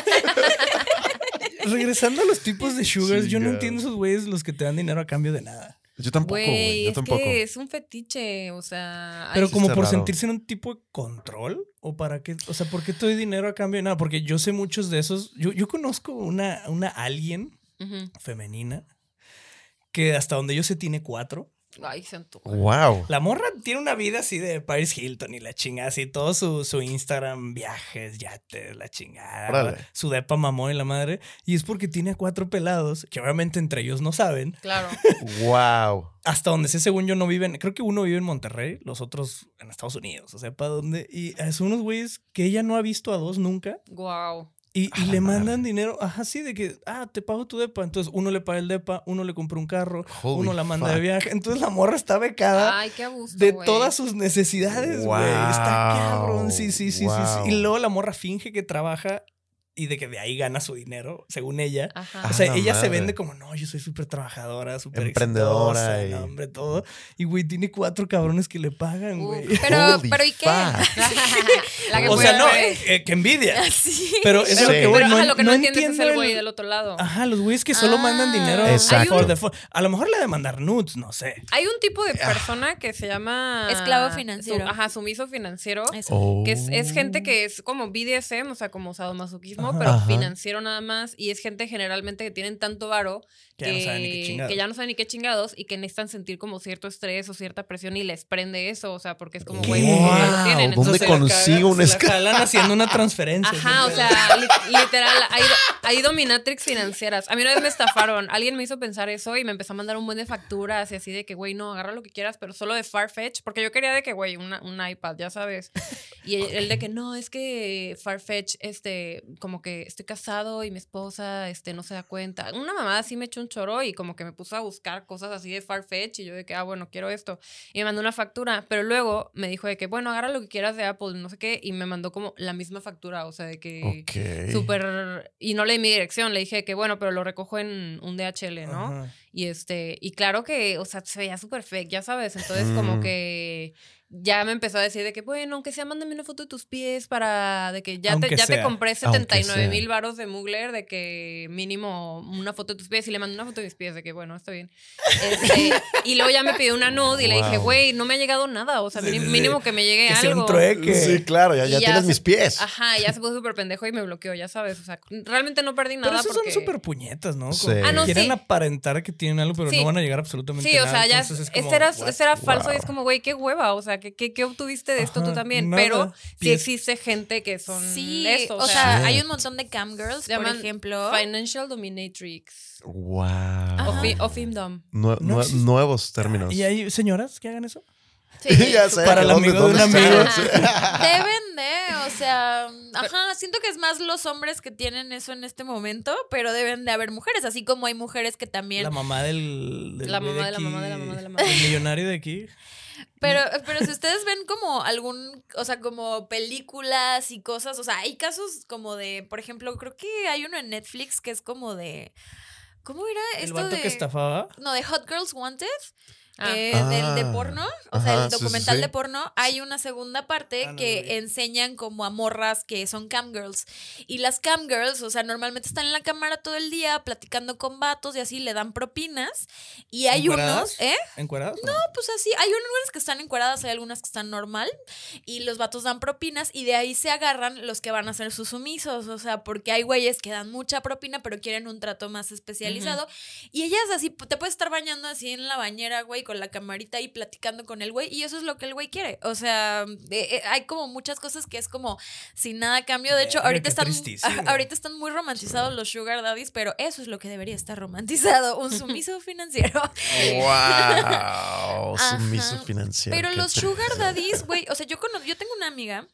C: Regresando a los tipos de sugars, yo no
B: Chingado.
C: entiendo esos güeyes los que te dan dinero a cambio de nada.
B: Yo tampoco, güey.
D: Güey,
B: Yo
D: es
B: tampoco.
D: que es un fetiche, o sea...
C: Pero
D: ay,
C: como
B: está
C: por
B: raro.
C: sentirse en un tipo de control o para qué, o sea, ¿por qué te doy dinero a cambio de nada? Porque yo sé muchos de esos. Yo, yo conozco una, una alien
D: ujú.
C: femenina que hasta donde yo sé tiene cuatro.
D: Ay, se antoja.
B: Wow.
C: La morra tiene una vida así de Paris Hilton y la chingada, así todo su, su Instagram, viajes, yates, la chingada,
B: Órale.
C: su depa mamón y la madre. Y es porque tiene a cuatro pelados, que obviamente entre ellos no saben,
D: Claro.
B: Wow.
C: hasta donde sé, según yo, no viven, creo que uno vive en Monterrey, los otros en Estados Unidos, o sea, para dónde. Y son unos güeyes que ella no ha visto a dos nunca.
D: Wow.
C: Y, y
B: A la
C: le mandan
B: madre.
C: dinero, ajá, sí, de que, ah, te pago tu depa. Entonces uno le paga el depa, uno le compra un carro,
B: Holy
C: uno la manda de
B: fuck.
C: viaje. Entonces la morra está becada
D: Ay, qué gusto,
C: Ah, de todas sus necesidades, güey. Está
B: Wow,
C: cabrón, sí, sí, sí, sí,
B: wow.
C: sí. Y luego la morra finge que trabaja y de que de ahí gana su dinero, según ella.
D: Ajá.
C: O
B: Ah,
C: sea,
B: la
C: ella se
B: madre.
C: vende como, no, yo soy súper trabajadora, súper
B: Emprendedora
C: exitosa,
B: y-
C: no, hombre, todo. Y, güey, tiene cuatro cabrones que le pagan, güey.
D: Uf.
E: Pero,
B: Holy
E: pero ¿y qué?
B: fuck.
D: La que
C: O sea,
D: puede
C: no,
D: ver.
C: eh, eh, que
D: [LAUGHS]
C: envidia.
E: [LAUGHS] Así.
C: Pero eso es
B: Sí.
C: lo que,
D: Pero
C: güey, no,
D: ajá, lo que no, entiendes
C: entiendo
D: es el güey
C: el-
D: del otro lado.
C: Ajá, los güeyes que solo
E: Ah.
C: mandan dinero
B: Exacto.
C: for the fu- A lo mejor le de mandar nudes, no sé.
D: Hay un tipo
C: Ah.
D: de persona que se llama...
E: Esclavo financiero.
D: su- ajá, sumiso financiero.
E: Eso.
B: Oh.
D: Que es, es gente que es como BDSM, o sea, como sadomasoquismo,
C: Ajá.
D: pero
B: Ajá.
D: financiero nada más. Y es gente generalmente que tienen tanto varo
C: Que ya no saben ni qué chingados.
D: que ya no saben ni qué chingados y que necesitan sentir como cierto estrés o cierta presión y les prende eso, o sea, porque es como,
C: ¿Qué?
D: güey, pues, ya lo
B: ¿Dónde
D: tienen. Entonces,
C: se la
B: consigo
C: cagan,
B: un
C: se la
B: esclavo?
C: jalan haciendo una transferencia.
D: Ajá, o
C: ¿sí?
D: sea, li- literal, hay, hay dominatrix financieras. A mí una vez me estafaron, alguien me hizo pensar eso y me empezó a mandar un buen de facturas y así de que, güey, no, agarra lo que quieras, pero solo de Farfetch, porque yo quería de que, güey, una- un iPad, ya sabes. Y él, él de que, no, es que Farfetch, este, como que estoy casado y mi esposa, este, no se da cuenta. Una mamada así me echó un choro y como que me puso a buscar cosas así de Farfetch y yo de que, ah, bueno, quiero esto y me mandó una factura, pero luego me dijo de que, bueno, agarra lo que quieras de Apple, no sé qué, y me mandó como la misma factura, o sea, de que
B: Ok.
D: súper, y no leí mi dirección, le dije que, bueno, pero lo recojo en un DHL, ¿no?
C: Ajá.
D: Y este, y claro que, o sea, se veía súper fake, ya sabes. Entonces, como
B: Mm.
D: que ya me empezó a decir de que, bueno, aunque sea, mándame una foto de tus pies para de que ya, te,
C: Aunque
D: ya te
C: sea,
D: compré
B: aunque
D: 79 mil
B: sea.
D: varos de Mugler, de que mínimo una foto de tus pies. Y le mandé una foto de mis pies, de que, bueno, está bien.
C: [LAUGHS]
D: Este, y luego ya me pidió una nude y le dije,
B: Wow.
D: güey, no me ha llegado nada. O sea,
C: Sí,
D: mínimo,
C: sí, sí.
D: mínimo que me llegue
C: Que sea
D: algo.
C: un trueque.
B: Sí, claro, ya,
D: Y
B: ya
D: ya
B: tienes
D: se-
B: mis pies.
D: Ajá, y ya se puso súper pendejo y me bloqueó, ya sabes. O sea, realmente no perdí nada.
C: Pero esos
D: porque...
C: son súper puñetas, ¿no?
B: Sí.
C: Como que
B: Ah, no,
C: quieren
D: sí.
C: aparentar que tienen algo, pero
D: Sí.
C: no van a llegar absolutamente
D: Sí, o
C: nada.
D: sea, ya
C: Entonces es como,
D: este, era,
C: what?
D: este era falso y es
B: Wow.
D: como, güey, qué hueva, o sea, ¿qué, qué, qué obtuviste de esto tú
C: Ajá,
D: también?
C: nada.
D: Pero sí
C: Pies.
D: existe gente que son
E: Sí,
D: eso,
E: o sea,
B: Sí.
E: hay un montón de cam girls,
D: Se
E: por
D: llaman
E: ejemplo.
D: Financial Dominatrix
B: Wow.
D: o, fi- o Femdom.
B: Nue-
C: No
B: nue-
C: existe-
B: nuevos términos.
C: ¿Y hay señoras que hagan eso? [LAUGHS]
D: Sí.
B: [LAUGHS] Ya sé,
C: Para
B: que
C: el
B: dónde-
C: amigo de
B: dónde
C: un
B: está.
C: amigo.
B: Sí. [LAUGHS]
D: [LAUGHS]
E: Deben de, o sea, ajá, siento que es más los hombres que tienen eso en este momento, pero deben de haber mujeres, así como hay mujeres que también.
C: La mamá del, del
D: La
C: güey
D: mamá de la
C: aquí,
D: mamá de la mamá
C: [LAUGHS]
D: de la mamá.
C: El millonario de aquí.
E: Pero, pero si ustedes ven como algún, o sea, como películas y cosas, o sea, hay casos como de, por ejemplo, creo que hay uno en Netflix que es como de, ¿cómo era
C: El
E: esto
C: vato
E: de?
C: que estafaba.
E: No, de Hot Girls Wanted,
D: Ah.
E: eh,
B: Ah.
E: del de porno, o sea,
B: Ajá,
E: el
B: sí, sí,
E: documental
B: sí.
E: de porno, hay una segunda parte
C: Ah, no lo vi.
E: que enseñan como a morras que son cam girls. Y las cam girls, o sea, normalmente están en la cámara todo el día platicando con vatos y así le dan propinas. Y hay
C: ¿Encueradas?
E: unos, ¿eh?
C: ¿Encueradas? No.
E: pues así, hay unas que están encueradas, hay algunas que están normal y los vatos dan propinas y de ahí se agarran los que van a ser sus sumisos, o sea, porque hay güeyes que dan mucha propina pero quieren un trato más especializado y ellas así, te puedes estar bañando así en la bañera, güey, con la camarita y platicando con el güey y eso es lo que el güey quiere, o sea, eh, eh, hay como muchas cosas que es como sin nada a cambio, de hecho,
C: Verga,
E: ahorita
C: qué
E: están,
C: tristísimo.
E: ahorita están muy romantizados los sugar daddies, pero eso es lo que debería estar
C: [LAUGHS]
E: romantizado, un sumiso financiero.
B: Wow, sumiso
E: Ajá.
B: financiero.
E: Pero
B: qué
E: los
B: triste.
E: sugar
B: [LAUGHS]
E: daddies, güey, o sea, yo cono- yo tengo una amiga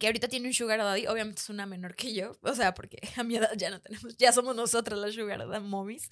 E: que ahorita tiene un sugar daddy, obviamente es una menor que yo, o sea, porque [LAUGHS] a mi edad ya no tenemos, ya somos nosotras las sugar daddy mommies.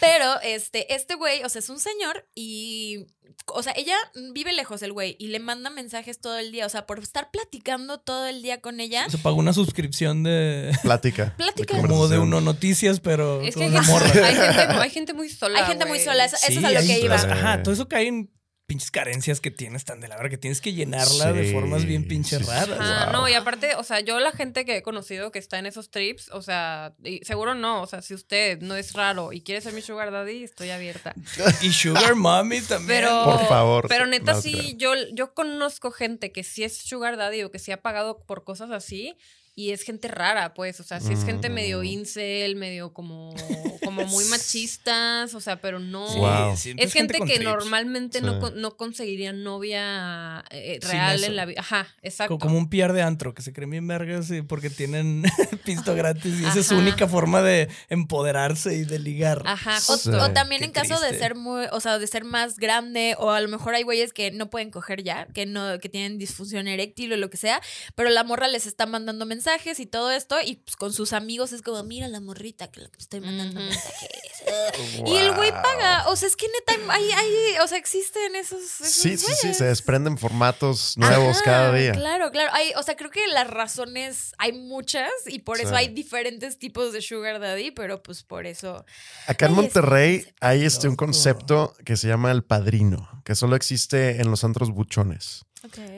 E: Pero este este güey, o sea, es un señor y o sea, ella vive lejos el güey y le manda mensajes todo el día, o sea, por estar platicando todo el día con ella.
C: Se pagó una suscripción de.
B: Plática.
E: [LAUGHS] Plática.
B: de
C: Como de
B: conversación.
C: uno noticias, pero.
D: Es que
C: con
D: hay
C: una [LAUGHS]
D: gente,
C: morra.
D: hay gente- hay gente muy sola.
E: Hay gente muy
D: güey.
E: sola, eso, eso
C: Sí,
E: es a lo
C: hay
E: que iba.
C: muchas-
B: iba.
C: Ajá, todo eso cae en pinches carencias que tienes tan de la hora que tienes que llenarla de
B: Sí,
C: formas bien pinches
B: sí, sí.
C: raras.
D: Ajá,
B: Wow.
D: No, y aparte, o sea, yo la gente que he conocido que está en esos trips, o sea, y seguro no, o sea, si usted no es raro y quiere ser mi sugar daddy, estoy abierta.
C: Y Sugar Mommy también.
D: Pero,
B: Por favor.
D: Pero neta,
B: No,
D: sí, yo, yo conozco gente que sí es sugar daddy o que sí ha pagado por cosas así. Y es gente rara, pues. O sea, sí es gente medio
B: Mm.
D: incel, medio como, como
B: [LAUGHS]
D: muy machistas. O sea, pero no.
C: Sí,
B: Wow.
C: siempre
D: Es gente,
C: con
D: que
C: trips.
D: normalmente no,
B: Sí.
D: con- no conseguiría novia eh,
C: Sin
D: real
C: eso.
D: en la vida. Ajá,
C: Co-
D: exacto.
C: Como un PR de antro, que se creen bien vergas y porque tienen [LAUGHS] pisto gratis y esa es su
D: Ajá. Ah,
C: única forma de empoderarse y de ligar.
D: Ajá,
E: O,
B: Sí.
E: o también
C: Qué
E: en caso de
C: triste.
E: ser muy, o sea, de ser más grande, o a lo mejor hay güeyes que no pueden coger ya, que no, que tienen disfunción eréctil o lo que sea, pero la morra les está mandando mensajes y todo esto, y pues con sus amigos es como, mira la morrita que la que estoy mandando
D: Ujú.
E: mensajes. Y el güey paga. O sea, es que neta hay, hay- o sea, existen esos. esos
B: Sí, sí, sí,
E: güeyes.
B: se desprenden formatos nuevos
E: Pues Ajá,
B: cada día.
E: Claro, claro. Hay, o sea, creo que las razones hay muchas y por eso
B: Sí.
E: hay diferentes tipos de sugar daddy, pero pues por eso.
B: Acá en
E: Ay, es-
B: Monterrey hay este un
C: Loco.
B: concepto que se llama el padrino, que solo existe en los antros buchones.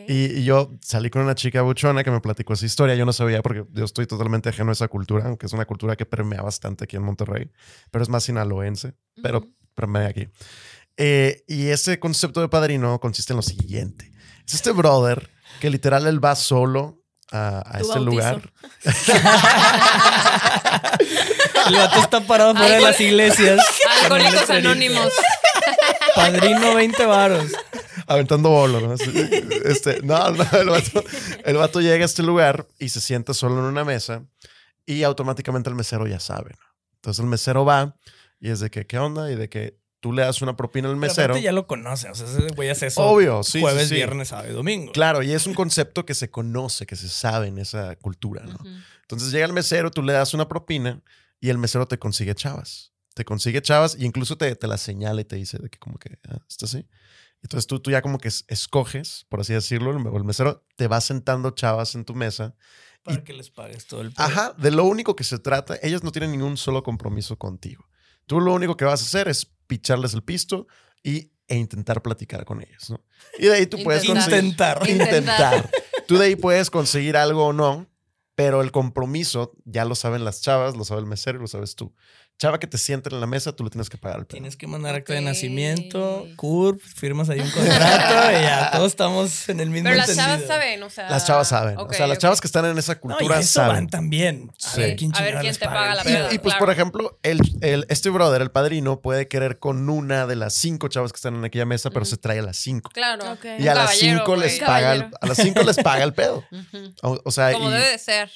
B: Y, y yo salí con una chica buchona que me platicó esa historia. Yo no sabía porque yo estoy totalmente ajeno a esa cultura, aunque es una cultura que permea bastante aquí en Monterrey, pero es más sinaloense, pero
E: Ujú.
B: permea aquí. Eh, y ese concepto de padrino consiste en lo siguiente. Es este brother que literal él va solo a, a
E: Tu
B: este
E: bautizo.
B: lugar.
C: El vato está parado fuera de
D: Alcohol-
C: las iglesias.
D: Alcohólicos
C: Con una
D: anónimos.
C: esterita. Padrino 20 varos.
B: aventando bolo, ¿no? Así, Este, no, no, el vato, el vato llega a este lugar y se sienta solo en una mesa y automáticamente el mesero ya sabe, ¿no? Entonces el mesero va y es de que, ¿qué onda? Y de que tú le das una propina al
C: Pero
B: [LAUGHS] mesero.
C: aparte ya lo conocen. O sea, ese güey hace eso.
B: Obvio, sí. sí,
C: jueves,
B: sí.
C: viernes, sábado y domingo.
B: Claro, y es un concepto que se conoce, que se sabe en esa cultura, ¿no?
D: Ujú.
B: Entonces llega el mesero, tú le das una propina y el mesero te consigue chavas. Te consigue chavas y incluso te, te la señala y te dice de que como que, ah, está así. Entonces tú, tú ya como que es- escoges, por así decirlo, el, el mesero te va sentando chavas en tu mesa.
C: Para que les pagues todo el pedo.
B: Ajá, de lo único que se trata, ellas no tienen ningún solo compromiso contigo. Tú lo único que vas a hacer es picharles el pisto y, e intentar platicar con ellos, ¿no? Y de ahí tú puedes conseguir...
C: Intentar.
D: Intentar.
B: Intentar. Tú de ahí puedes conseguir algo o no, pero el compromiso ya lo saben las chavas, lo sabe el mesero y lo sabes tú. Chava que te sienten en la mesa, tú le tienes que pagar el pedo.
C: Tienes que mandar acta de
D: Ok.
C: nacimiento, CURP, firmas ahí un contrato y ya todos estamos en el mismo
D: Pero las
C: entendido.
D: chavas saben, o sea.
B: Las chavas saben.
D: ok,
B: o sea, las
D: ok.
B: chavas que están en esa
C: No,
B: cultura
C: y a eso
B: saben.
C: van también. A
B: Sí.
C: ver quién,
D: A ver
C: chingados
D: quién
C: les
D: te paga
C: el
D: la
B: Y,
C: pedo.
D: peda.
B: y, pues,
D: claro.
B: por ejemplo, el, el- este brother, el padrino, puede querer con una de las cinco chavas que están en aquella mesa, pero
D: Ujú.
B: se trae a las cinco.
D: Claro.
E: Ok.
B: Y a
D: Un
B: las
D: caballero,
B: cinco
D: güey.
B: les paga el,
E: Caballero.
B: a las cinco les paga el pedo.
D: [LAUGHS] Ujú.
B: O, o sea,
D: Como
B: y-
D: debe de ser.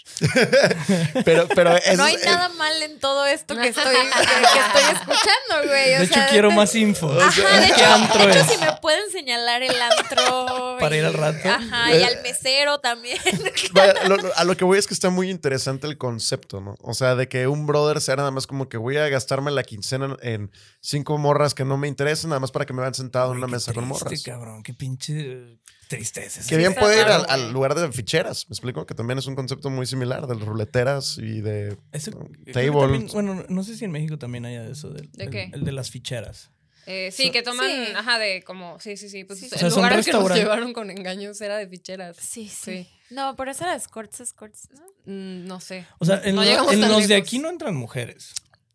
B: pero, pero eso
E: no hay
B: es- eh,
E: nada mal en todo esto que estoy, que estoy escuchando, güey. o
C: De hecho,
E: sea,
C: quiero
E: te-
C: más info.
E: Ajá, de
C: ¿Qué
E: hecho,
C: antro
E: de hecho,
C: es?
E: si me pueden señalar el antro.
C: [LAUGHS] Para
E: y-
C: ir al rato.
E: Ajá, y al mesero también.
B: Vaya, lo- lo- a lo que voy es que está muy interesante el concepto, ¿no? O sea, de que un brother sea nada más como que voy a gastarme la quincena en cinco morras que no me interesan, nada más para que me vean sentado en
C: Güey,
B: una
C: qué
B: mesa con
C: triste,
B: morras.
C: cabrón, qué pinche tristeza.
B: Que bien
D: está
B: puede ir al,
D: raro,
B: al
D: güey.
B: lugar de ficheras, me explico, que también es un concepto muy similar de las ruleteras y de...
C: Eso-
B: ¿no?
C: creo que
B: Mm, Table.
C: también- bueno, no sé si en México también haya de eso. Del,
D: ¿De
C: el-
D: qué?
C: El de las ficheras.
D: Eh, sí,
C: So-
D: que toman,
E: Sí.
D: ajá, de como, sí, sí, sí. Pues
E: Sí, sí.
D: el
C: O sea, son
D: lugar al que nos
C: restauran-
D: llevaron con engaños era de ficheras.
E: Sí, sí.
D: Sí.
E: No, pero esa era escorts, escorts, ¿no?
D: Mm, no sé.
C: O sea, en,
D: No
C: lo-
D: llegamos
C: en
D: tan
C: los de
D: lejos.
C: aquí no entran mujeres.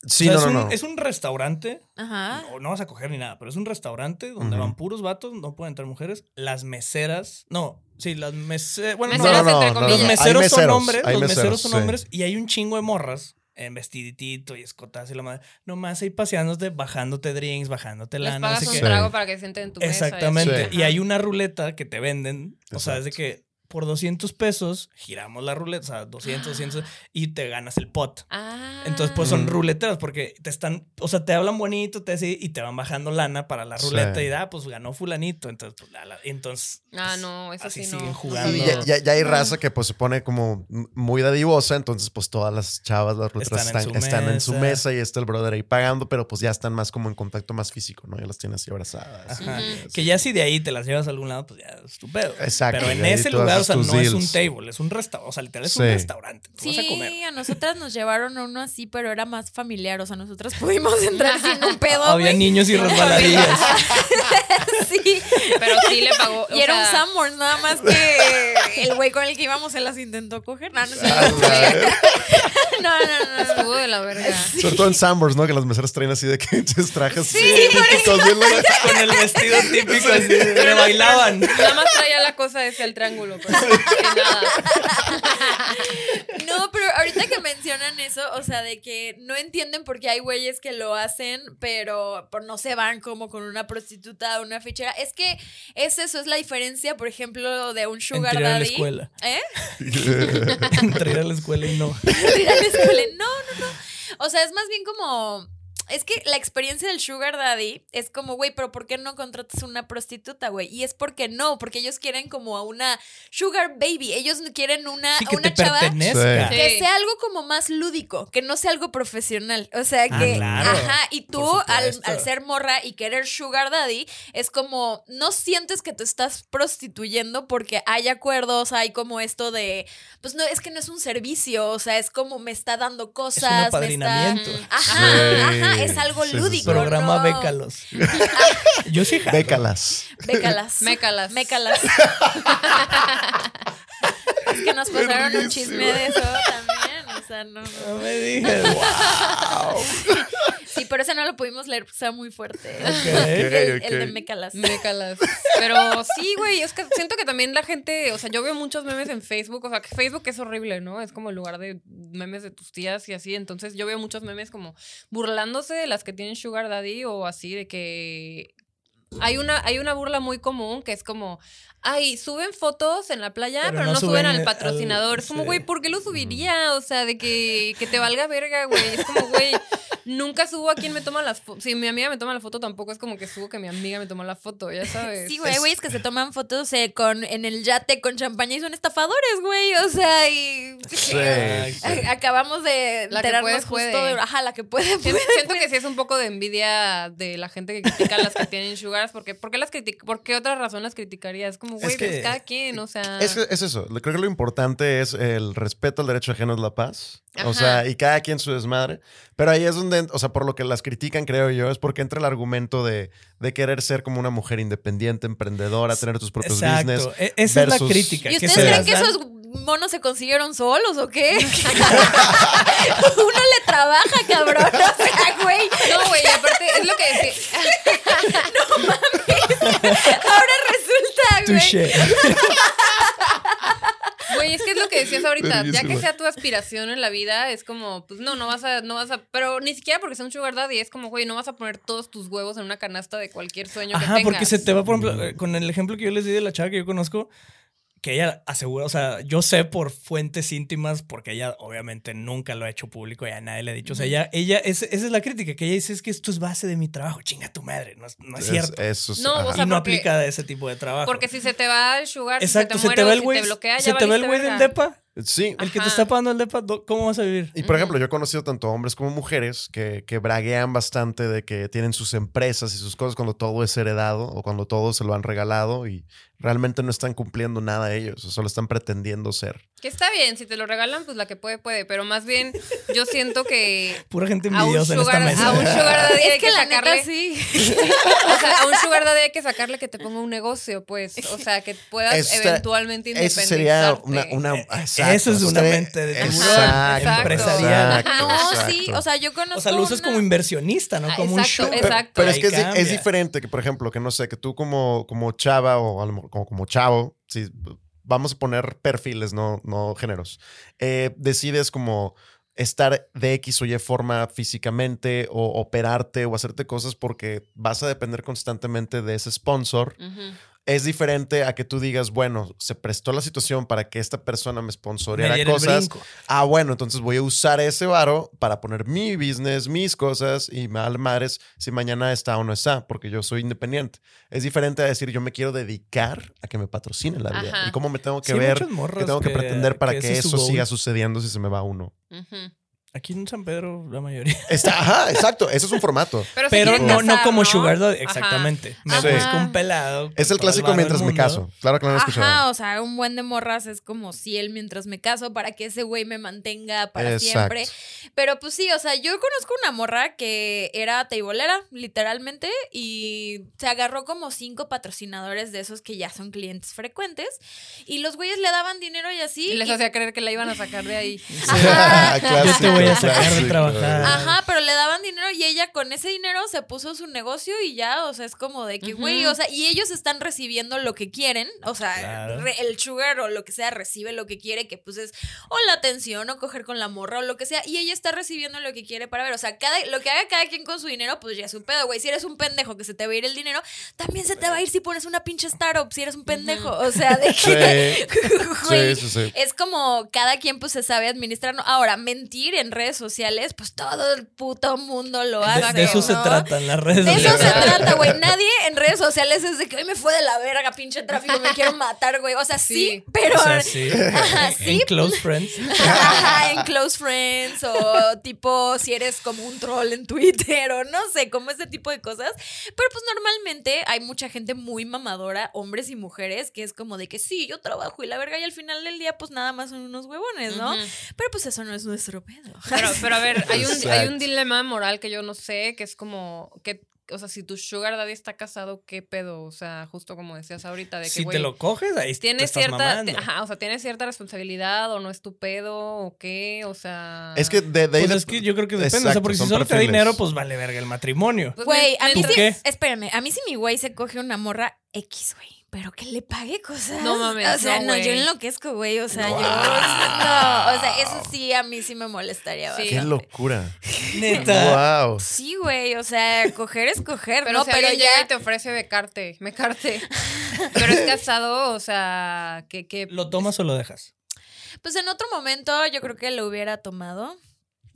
B: Sí,
C: O sea,
B: no,
C: es,
B: no,
C: un,
B: no.
C: es un restaurante,
D: Ah.
E: Ajá.
C: o no vas a coger ni nada, pero es un restaurante donde
B: Ujú.
C: van puros vatos, no pueden entrar mujeres. Las meseras, no, sí, las meseras, bueno, no,
D: Meseras,
C: no,
D: entre
C: los
D: comillas.
B: Hay
C: meseros, son hombres,
B: hay
C: los meseros, son
B: sí.
C: hombres y hay un chingo de morras en vestiditito y escotadas y la madre, nomás ahí paseándote, bajándote drinks, bajándote
D: Les
C: lana, no
D: pagas
C: sé
D: un
C: qué.
B: tra-
D: trago para que se sienten en tu mesa. y así.
C: Exactamente.
B: así.
C: Y hay una ruleta que te venden. O sea, es de que por 200 pesos giramos la ruleta, o sea, 200, 200 y te ganas el pot.
D: Ah.
C: Entonces,
D: [LAUGHS]
C: pues son
B: Ujú.
C: ruleteras porque te están, o sea, te hablan bonito, te así, y te van bajando lana para la
B: Sí.
C: ruleta y da, pues ganó fulanito. Entonces, pues, la- la- entonces
D: Ah,
C: pues,
D: no, eso
C: así
D: sí
C: siguen
D: no.
C: jugando.
B: Y ya, ya- ya hay raza que pues se pone como muy dadivosa, entonces pues todas las chavas, las ruleteras
C: Están en
B: están,
C: su
B: están en su
C: mesa.
B: mesa y está el brother ahí pagando, pero pues ya están más como en contacto más físico, ¿no? Ya las tienes así abrazadas.
C: Ajá.
D: Ujú.
C: Que ya si de ahí te las llevas a algún lado, pues ya es tu pedo.
B: Exacto,
C: Pero
B: y
C: en
B: ahí
C: ese
B: tú
C: lugar, o
B: haces
C: sea, no
B: tus
C: es un
B: deals.
C: table, es un restaurante. O sea, literal es un
B: Sí.
C: restaurante. Tú vas a
E: Sí,
C: comer.
E: a nosotras nos llevaron a uno así, pero era más familiar. O sea, nosotras pudimos entrar sin un pedo.
C: Había
E: güey.
D: pues,
C: niños
D: [LAUGHS]
C: y resbaladillas.
E: Sí.
D: Pero sí le pagó. o
E: Y era un
D: sea,
E: Samworth, nada más que el güey con el que íbamos se las intentó coger. No, no, es
B: Ah,
E: cierto.
B: la-
E: [LAUGHS] no, no, no, no.
D: Estuvo de la verga.
B: [LAUGHS] Sobre todo en Sambors, ¿no? Que las meseras traen así de que [LAUGHS] tus trajes típicos, bien largos.
C: [LAUGHS] con el vestido típico así, le
D: Pero no,
C: bailaban.
D: Nada más traía la cosa ese al triángulo.
C: [LAUGHS]
D: Pero, que nada.
E: No, pero ahorita que mencionan eso, o sea, de que no entienden por qué hay güeyes que lo hacen, pero por no se van como con una prostituta o una fichera. Es que es eso, es la diferencia, por ejemplo, de un sugar
C: Entrar a la [LAUGHS]
E: daddy.
C: escuela.
E: ¿Eh?
C: [LAUGHS] Entrar a la escuela y no.
E: [LAUGHS] Entre ir a la escuela. No, no, no. O sea, es más bien como. Es que la experiencia del sugar daddy es como, güey, pero ¿por qué no contratas una prostituta, güey? Y es porque no, porque ellos quieren como a una sugar baby. Ellos quieren una,
C: Sí, que
E: una
C: te
E: chava.
C: pertenezca.
D: Sí.
E: Que sea algo como más lúdico, que no sea algo profesional. O sea,
C: Ah,
E: que.
C: claro.
E: Ajá, y tú,
C: Por
E: al,
C: supuesto.
E: al ser morra y querer Sugar Daddy, es como. No sientes que te estás prostituyendo porque hay acuerdos, hay como esto de. Pues no, es que no es un servicio, o sea, es como me está dando
C: Es
E: cosas.
C: un
E: Me
C: apadrinamiento.
E: está... Ajá,
B: Sí.
E: ajá, es algo
B: Sí, sí, sí.
E: lúdico.
C: Programa
E: no.
C: Bécalos. Yo sí jalo.
B: Bécalas.
E: Bécalas.
D: Mécalas.
E: Mécalas. [LAUGHS] es que nos pasaron un chisme de eso también, o sea, no. no.
C: No me dije.
E: Sí, pero ese no lo pudimos leer porque estaba muy fuerte.
C: Ok.
E: [LAUGHS] El,
B: ok.
E: el de Mecalas.
D: Mécalas. [LAUGHS] Pero sí, güey, es que siento que también la gente, o sea, yo veo muchos memes en Facebook, o sea, que Facebook es horrible, ¿no? Es como el lugar de memes de tus tías y así, entonces yo veo muchos memes como burlándose de las que tienen sugar daddy o así de que hay una hay una burla muy común que es como ay, suben fotos en la playa,
C: Pero
D: pero,
C: no
D: no, suben,
C: suben
D: al
C: al-
D: patrocinador. Es como,
C: sí.
D: güey, ¿por qué lo subiría? O sea, de que, que te valga verga, güey. Es como, güey, nunca subo a quien me toma las fotos. Si mi amiga me toma la foto, tampoco es como que subo que mi amiga me tomó la foto, ya sabes.
E: [LAUGHS] Sí, güey, hay güeyes que se toman fotos eh, con, en el yate con champaña y son estafadores, güey. O sea, y. [LAUGHS] A- Acabamos de
D: La que
E: enterarnos
D: puede,
E: justo
D: puede.
E: de. Ajá, la que puede.
D: Siento, siento [LAUGHS] que sí es un poco de envidia de la gente que critica a las que tienen sugars, porque ¿por qué las critic ¿Por qué otras razón las criticarías? Como, güey,
C: que-
D: pues cada quien, o sea.
B: Es, es eso, Lo- creo que lo importante es el respeto al derecho ajeno es la paz,
D: Ajá.
B: o sea, y cada quien su desmadre, pero ahí es donde donde, o sea, por lo que las critican, creo yo, es porque entra el argumento de, de querer ser como una mujer independiente, emprendedora, tener tus propios
C: Exacto.
B: business.
C: E- Esa es la
B: versus-
C: crítica.
E: ¿Y
C: que
E: ustedes
C: se
E: creen
C: les
E: que
C: da.
E: esos monos se consiguieron solos
D: [LAUGHS]
E: o qué? Uno le trabaja, cabrón. O sea, güey.
D: No, güey, y aparte es lo que
E: [LAUGHS]
D: decía. [LAUGHS]
E: Ahora resulta, güey.
C: Touché.
D: Güey, es que es lo que decías ahorita. Ya que
B: Verguísima.
D: sea tu aspiración en la vida, es como, pues no, no vas a, no vas a, pero ni siquiera porque sea un sugar daddy, es como, güey, no vas a poner todos tus huevos en una canasta de cualquier sueño que
C: Ajá,
D: tengas.
C: porque se te va, por ejemplo, eh, con el ejemplo que yo les di de la chava que yo conozco, que ella asegura, o sea, yo sé por fuentes íntimas, porque ella obviamente nunca lo ha hecho público y a nadie le ha dicho. O sea, ella, ella es- esa es la crítica, que ella dice es que esto es base de mi trabajo, chinga tu madre, no es, no es cierto.
B: Eso es-
D: No,
B: ajá.
D: o sea,
C: y no
D: porque-
C: aplica a ese tipo de trabajo.
D: Porque si se te va el sugar,
C: Exacto,
D: si se te, muere,
C: va
D: o
C: el
D: si
C: güey,
D: te bloquea, ya
C: se te va el
D: valiste
C: güey del
D: verga.
C: depa,
B: sí.
C: el que te
D: Ajá.
C: está pagando el depa, do- ¿cómo vas a vivir?
B: Y por ejemplo, yo he conocido tanto hombres como mujeres que, que braguean bastante de que tienen sus empresas y sus cosas cuando todo es heredado o cuando todo se lo han regalado y realmente no están cumpliendo nada ellos, o solo están pretendiendo ser.
D: Que está bien, si te lo regalan, pues la que puede, puede. Pero más
C: [LAUGHS]
D: bien, yo siento que
C: Pura gente
D: a un
C: envidiosa en esta
D: sugar, a un
C: mesa.
D: sugar daddy hay
E: Es
D: que,
E: que la
D: sacarle.
E: neta sí.
D: O sea, a un sugar daddy hay que sacarle que te ponga un negocio, pues. O sea, que puedas
B: Eso está-
D: eventualmente
B: Eso
D: independizarte.
B: sería una... una exacto,
C: Eh, eso es una
B: estaría-
C: mente de tiburón
B: Exacto,
C: empresarial.
B: exacto,
D: [LAUGHS]
E: Ah, No,
B: exacto.
E: sí. O sea, yo
C: [LAUGHS]
E: conozco.
C: O sea, lo usas
E: una-
C: como inversionista, no
D: Ah,
C: como
D: exacto,
C: un
B: Pe-
C: sugar.
B: Pero,
D: Exacto.
B: es
C: Ahí
B: que es, di- es
C: cambia.
B: diferente que, por ejemplo, que no sé, que tú como, como chava o a lo mejor como, como chavo, si vamos a poner perfiles, no, no géneros, eh, decides como estar de X o Y forma físicamente o operarte o hacerte cosas porque vas a depender constantemente de ese sponsor.
D: Ujú.
B: Es diferente a que tú digas, bueno, se prestó la situación para que esta persona me
C: Me
B: sponsoreara
C: diera el
B: cosas.
C: brinco.
B: Ah, bueno, entonces voy a usar ese varo para poner mi business, mis cosas y mal madres si mañana está o no está, porque yo soy independiente. Es diferente a decir yo me quiero dedicar a que me patrocine la vida
D: Ajá.
B: y cómo me tengo que
C: Sí, hay
B: ver,
C: muchas morras
B: qué tengo que, pretender para que,
C: ese es su
B: eso
C: goal.
B: siga sucediendo si se me va uno.
D: Ujú.
C: Aquí en San Pedro, la mayoría.
B: Está, ajá, exacto, eso es un formato.
D: Pero, se
C: Pero
D: quieren
C: no, no
D: casar,
C: como Sugar Daddy,
D: Ajá.
C: exactamente. Me
B: Ajá.
C: busco un pelado.
B: Es el
C: todo
B: clásico
C: barro
B: mientras
C: del
B: me
C: mundo.
B: caso. Claro que no lo he escuchado.
E: Ajá, o sea, un buen de morras es como si él mientras me caso para que ese güey me mantenga para
B: Exacto.
E: siempre. Pero pues sí, o sea, yo conozco una morra que era teibolera, literalmente, y se agarró como cinco patrocinadores de esos que ya son clientes frecuentes, y los güeyes le daban dinero y así.
D: Y les
E: y-
D: hacía creer que la iban a sacar de ahí.
B: [LAUGHS]
E: Ajá.
B: Clásico,
C: Yo te voy a sacar de
B: clásico.
C: trabajar.
E: Ajá, pero le daban dinero y ella con ese dinero se puso su negocio y ya, o sea, es como de que,
D: Ujú.
E: güey, o sea, y ellos están recibiendo lo que quieren, o sea,
C: Claro.
E: re- el sugar o lo que sea recibe lo que quiere, que pues es o la atención o coger con la morra o lo que sea, y ella está recibiendo lo que quiere para ver, o sea, cada, lo que haga cada quien con su dinero, pues ya es un pedo, güey, si eres un pendejo que se te va a ir el dinero, también se te va a ir si pones una pinche startup, si eres un pendejo, o sea, de [LAUGHS] que...
B: Sí,
E: güey,
B: sí, sí, sí.
E: es como cada quien pues se sabe administrar. ¿no? Ahora, mentir en redes sociales, pues todo el puto mundo lo hace.
C: De, de eso se
E: ¿no?
C: tratan las redes
E: De eso
C: [LAUGHS]
E: se
C: sociales.
E: trata, güey. Nadie en redes sociales es de que hoy me fue de la verga, pinche tráfico, me quiero matar, güey. O sea, sí,
D: Sí.
E: pero
C: O sea,
D: [LAUGHS]
C: sí.
E: Ajá,
C: En
D: pues.
E: sí.
C: Close Friends.
E: [LAUGHS] Ajá, en close friends o tipo si eres como un troll en Twitter o no sé, como ese tipo de cosas. Pero pues normalmente hay mucha gente muy mamadora, hombres y mujeres, que es como de que sí, yo trabajo y la verga y al final del día pues nada más son unos huevones, ¿no?
D: Ujú.
E: Pero pues eso no es nuestro [LAUGHS] pedo.
D: Pero, pero a ver, hay un, hay
B: Exacto.
D: un dilema moral que yo no sé, que es como, que, o sea, si tu sugar daddy está casado, ¿qué pedo? O sea, justo como decías ahorita, de que,
C: Si
D: güey,
C: te lo coges, ahí te
D: tienes
C: estás
D: cierta,
C: mamando.
D: ajá, o sea, tienes cierta responsabilidad o no es tu pedo o qué, o sea...
B: Es que de, de ahí
C: Pues
B: de-
C: es que yo creo que depende. o sea,
B: Exacto,
C: porque si
B: son
C: solo te da
B: perfiles.
C: dinero, pues vale verga el
E: [LAUGHS]
C: matrimonio.
D: pues,
E: Güey, a mí
D: mientras-
E: sí,
C: qué?
E: espérame, a mí si mi güey se coge una morra X, güey. Pero que le pague cosas.
D: No mames,
E: O sea,
D: no,
E: no,
D: güey.
E: yo enloquezco, güey. O sea, yo.
B: Wow.
E: No, o sea, eso sí a mí sí me molestaría.
D: Sí.
E: bastante.
B: Qué locura.
C: Neta.
B: Wow.
E: Sí, güey, o sea, coger es coger,
D: Pero
E: ¿no?
D: si
E: pero
D: alguien llega y te
E: ya.
D: ofrece becarte,
E: [LAUGHS]
D: mecarte, pero es casado, o sea, que... que
C: ¿Lo tomas o lo dejas?
E: Pues en otro momento yo creo que lo hubiera tomado.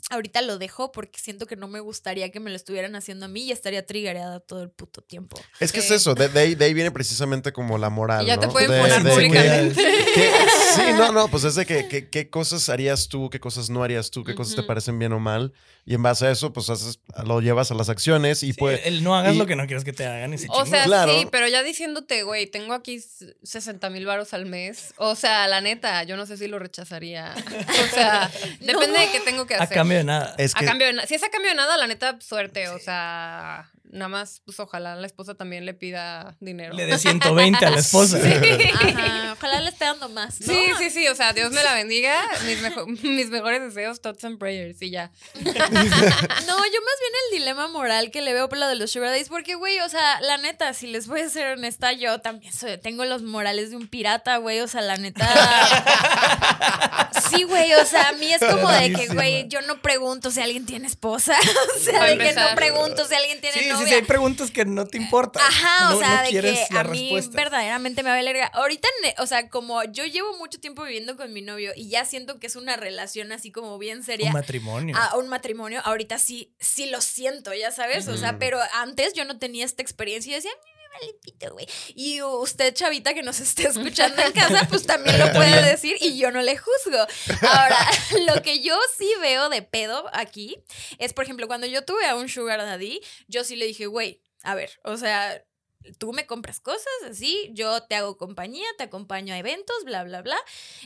E: Ahorita lo dejo porque siento que no me gustaría que me lo estuvieran haciendo a mí y estaría triggereada todo el puto [LAUGHS] tiempo.
B: Es que es
D: Sí.
B: eso, de, de ahí, de ahí viene precisamente como la moral.
D: y ya te
B: ¿no?
D: pueden
B: De-
D: poner
B: de que-
D: públicamente.
B: que- sí, no, no, pues es de que, que- qué cosas harías tú, qué cosas no harías tú, qué cosas te
D: Ujú.
B: parecen bien o mal. Y en base a eso, pues haces, lo llevas a las acciones y
C: Sí,
D: eh,
B: pues.
C: el no hagas
B: y-
C: lo que no quieres que te hagan y se
D: [LAUGHS] O
C: chingó.
D: sea,
B: Claro.
D: sí, pero ya diciéndote, güey, tengo aquí 60 mil varos al [LAUGHS]
E: [LAUGHS]
D: mes. O sea, la neta, yo no sé si lo rechazaría. O sea, depende de qué tengo que
C: a
D: hacer.
C: cambio de nada.
B: Es que
D: a cambio de na- si es a cambio de nada, la neta, suerte. O sea, nada más, pues ojalá la esposa también le pida dinero.
C: Le de 120 a la esposa. [LAUGHS]
E: Ajá, ojalá le esté dando más.
D: [LAUGHS]
E: ¿no?
D: Sí, sí, sí, o sea, Dios me la bendiga, mis, mejo- [LAUGHS] mis mejores deseos, thoughts and prayers y ya.
E: No, yo más bien el dilema moral que le veo por lo de los sugar daddies, porque, güey, o sea, la neta, si les voy a ser honesta, yo también soy- tengo los morales de un pirata, güey, o sea, la neta... Sí, güey, o sea, a mí es como de que, güey, yo no pregunto si alguien tiene esposa, [LAUGHS] o sea,
D: Para
E: de que no
D: empezar.
E: pregunto si alguien tiene
C: Sí, sí,
E: novia.
C: sí, hay preguntas que no te importan.
E: Ajá,
C: No-
E: o sea,
C: no
E: de
C: quieres
E: que
C: la
E: a mí
C: respuesta.
E: verdaderamente me vale verga. Ahorita, ne- o sea, como yo llevo mucho tiempo viviendo con mi novio y ya siento que es una relación así como bien
C: Un
E: seria
C: matrimonio.
E: a un matrimonio, ahorita sí, sí lo siento, ya sabes, o sea,
B: Ujú.
E: pero antes yo no tenía esta experiencia y decía, "A mí me vale pito, güey. Y usted, chavita, que nos esté escuchando en casa, pues también lo puede decir y yo no le juzgo. Ahora, lo que yo sí veo de pedo aquí es, por ejemplo, cuando yo tuve a un sugar daddy, yo sí le dije, güey, a ver, o sea, tú me compras cosas, así, yo te hago compañía, te acompaño a eventos, bla, bla, bla.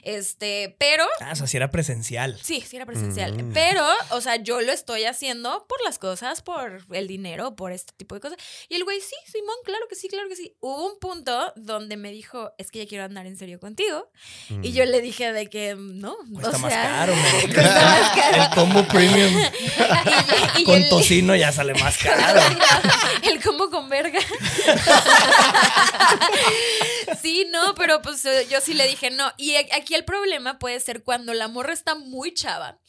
E: Este, pero
C: Ah, o sea, si era presencial.
E: Sí, sí era presencial.
B: Mm.
E: Pero, o sea, yo lo estoy haciendo por las cosas, por el dinero, por este tipo de cosas. Y el güey, sí, Simón, claro que sí, claro que sí. Hubo un punto donde me dijo, es que ya quiero andar en serio contigo.
B: Mm,
E: Y yo le dije de que no.
C: Mm. Cuesta
E: o sea,
C: más caro, man.
E: Cuesta
C: [LAUGHS]
E: más
C: El
E: caro.
C: combo premium
E: [LAUGHS] Y yo- y yo
C: con
E: le-
C: tocino ya sale
E: [LAUGHS]
C: más caro.
E: el combo con verga. [LAUGHS] sí, no, pero pues eh, yo sí le dije no. Y a- aquí el problema puede ser cuando la morra está muy chava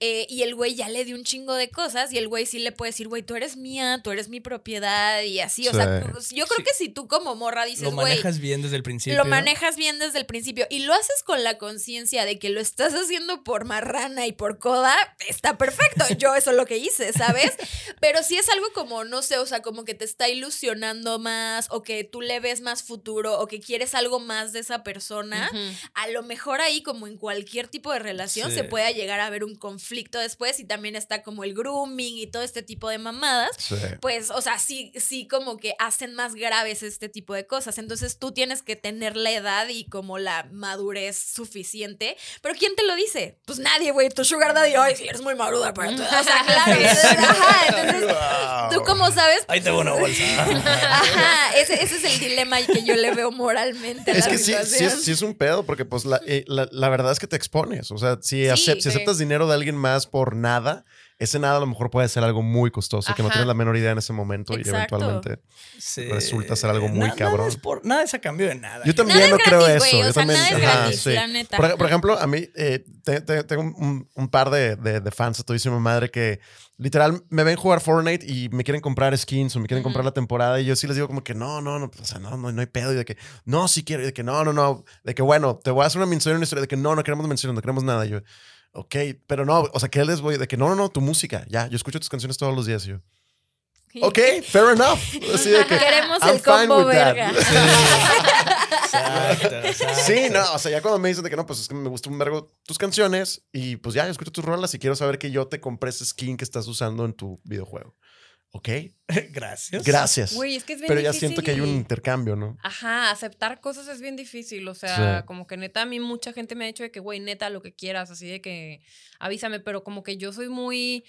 E: eh, y el güey ya le dio un chingo de cosas y el güey sí le puede decir, güey, tú eres mía, tú eres mi propiedad y así. O
B: Sí.
E: sea, pues, yo creo
C: Sí.
E: que si tú como morra
C: Lo
E: dices, güey,
C: manejas bien desde el principio.
E: lo manejas bien desde el principio y lo haces con la conciencia de que lo estás haciendo por marrana y por coda, está perfecto. Yo eso es lo que hice, ¿sabes? Pero si es algo como, no sé, o sea, como que te está ilusionando más o que tú le ves más futuro o que quieres algo más de esa persona,
D: Ujú.
E: a lo mejor ahí, como en cualquier tipo de relación,
C: Sí.
E: se pueda llegar a ver un conflicto después y también está como el grooming y todo este tipo de mamadas
B: Sí.
E: pues, o sea, sí, sí como que hacen más graves este tipo de cosas. Entonces tú tienes que tener la edad y como la madurez suficiente. Pero ¿quién te lo dice? Pues nadie, güey. Tu sugar daddy, ay, sí, eres muy madura para
B: Mm.
E: tu edad. O sea,
B: [LAUGHS]
E: claro. entonces, ajá, entonces, tú como sabes...
C: Ahí tengo una bolsa.
E: [LAUGHS]
B: [LAUGHS]
E: Ajá, ese, ese es el dilema que yo le veo moralmente. a
B: Es
E: la
B: que sí, sí
E: situación.
B: es, sí es un pedo, porque pues la, eh, la- la verdad es que te expones. O sea, si, acep- si
D: sí.
B: aceptas dinero de alguien más por nada, ese nada a lo mejor puede ser algo muy costoso, que no
D: Ajá.
B: tienes la menor idea en ese momento
E: Exacto.
B: y eventualmente.
C: Sí.
B: Resulta ser algo muy
C: Na-
B: cabrón.
C: Nada es, por- nada es a cambio de nada.
B: Yo
E: Nada
B: también
E: es
B: no creo
E: gratis,
B: eso.
E: güey, o
B: Yo
E: sea,
B: también.
E: nada es
B: ajá,
E: gratis,
B: sí.
E: la neta.
B: Por, por ejemplo, a mí eh, te- te- tengo un- un, un par de, de, de fans a todísima madre que literal me ven jugar Fortnite y me quieren comprar skins o me quieren
D: Ujú.
B: comprar la temporada y yo sí les digo como que no, no, no, o sea, no, no, no hay pedo y de que no, sí quiero y de que no, no, no, de que bueno, te voy a hacer una mención, una historia de que no, no queremos mención, no queremos nada. Y yo, ok, pero no, o sea, que les voy de que no, no, no, tu música, ya, yo escucho tus canciones todos los días. Y yo, ok, fair enough. Así de que,
E: Queremos
B: I'm
E: el combo
B: fine with that.
E: verga.
C: [LAUGHS] Exacto, exacto.
B: Sí, no, o sea, ya cuando me dicen de que no, pues es que me gustan un vergo tus canciones y pues ya, yo escucho tus rolas y quiero saber que yo te compré ese skin que estás usando en tu videojuego. ¿Ok?
C: Gracias. [LAUGHS]
B: Gracias.
D: Güey, es que es bien
B: Pero ya
D: difícil
B: siento que hay un
D: y-
B: intercambio, ¿no?
D: Ajá, aceptar cosas es bien difícil, o sea,
B: Sí.
D: como que neta a mí mucha gente me ha dicho de que, güey, neta, lo que quieras, así de que avísame, pero como que yo soy muy...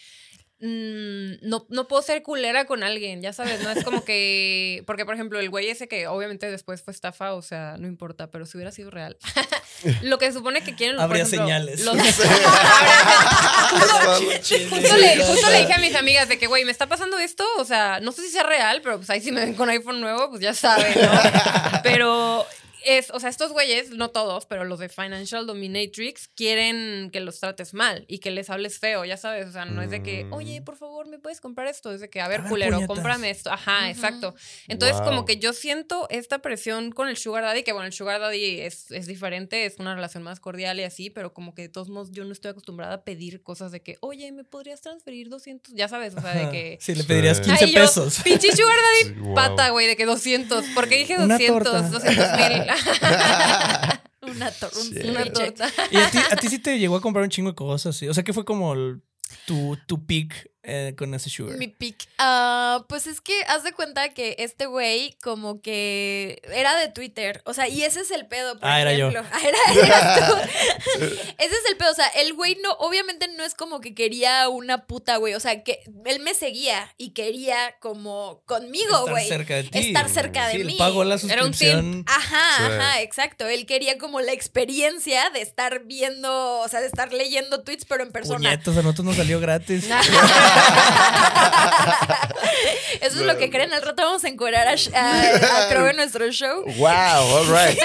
D: mm, no, no puedo ser culera con alguien, ya sabes, no es como que... Porque, por ejemplo, el güey ese que obviamente después fue estafa, o sea, no importa, pero si hubiera sido real. [LAUGHS] lo que se supone que quieren... por
C: Habría
D: ejemplo,
C: señales. [LAUGHS]
D: [LAUGHS] los- Justo
C: Justo
D: le, justo le dije a mis amigas de que, güey, me está pasando esto, o sea, no sé si sea real, pero pues ahí si me ven con iPhone nuevo, pues ya saben, ¿no? Pero es, o sea, estos güeyes, no todos, pero los de Financial Dominatrix quieren que los trates mal y que les hables feo, ya sabes, o sea, no es de que,
B: Mm.
D: oye, por favor, ¿me puedes comprar esto? Es de que, a ver,
C: A ver,
D: culero,
C: puñetas.
D: cómprame esto. Ajá,
E: Ujú.
D: exacto. Entonces,
B: Wow.
D: como que yo siento esta presión con el Sugar Daddy, que bueno, el Sugar Daddy es, es diferente, es una relación más cordial y así, pero como que de todos modos yo no estoy acostumbrada a pedir cosas de que, oye, ¿me podrías transferir 200? Ya sabes, o sea, de que.
C: Sí, le pedirías
B: Sí.
C: 15
D: Ay,
C: [LAUGHS]
D: yo,
C: pesos.
D: Pinche Sugar Daddy
B: Sí, wow.
D: pata, güey, de que 200. ¿Por qué dije
C: Una
D: 200?
C: torta. [LAUGHS]
D: 200 mil.
E: Una, tor- un
B: Sí.
D: una
E: check.
D: torta.
C: Y a ti, a ti sí te llegó a comprar un chingo de cosas, sí. O sea, que fue como el- tu, tu pick eh, con ese sugar?
E: Mi pick. Ah, pues es que haz de cuenta que este güey como que era de Twitter. O sea, y ese es el pedo, por
C: Ah, era yo.
E: ejemplo. [LAUGHS] Ah, era,
C: [LAUGHS]
E: eras tú. ese es el pedo. O sea, el güey no, obviamente no es como que quería una puta, güey. O sea, que él me seguía y quería como conmigo,
C: Estar
E: güey.
C: cerca de ti.
E: Estar cerca de
C: Sí, él
E: mí.
C: Pagó la
D: Era un
C: suscripción.
E: Ajá,
B: Sí.
E: ajá, exacto. Él quería como la experiencia de estar viendo, o sea, de estar leyendo tweets, pero en persona.
C: Puñetas, a nosotros nos salió gratis.
E: Eso es lo que creen. Al rato vamos a encuerar a,
C: [LAUGHS]
E: Sh- a, a Crow en nuestro show. [LAUGHS]
B: Wow, [LAUGHS] all right.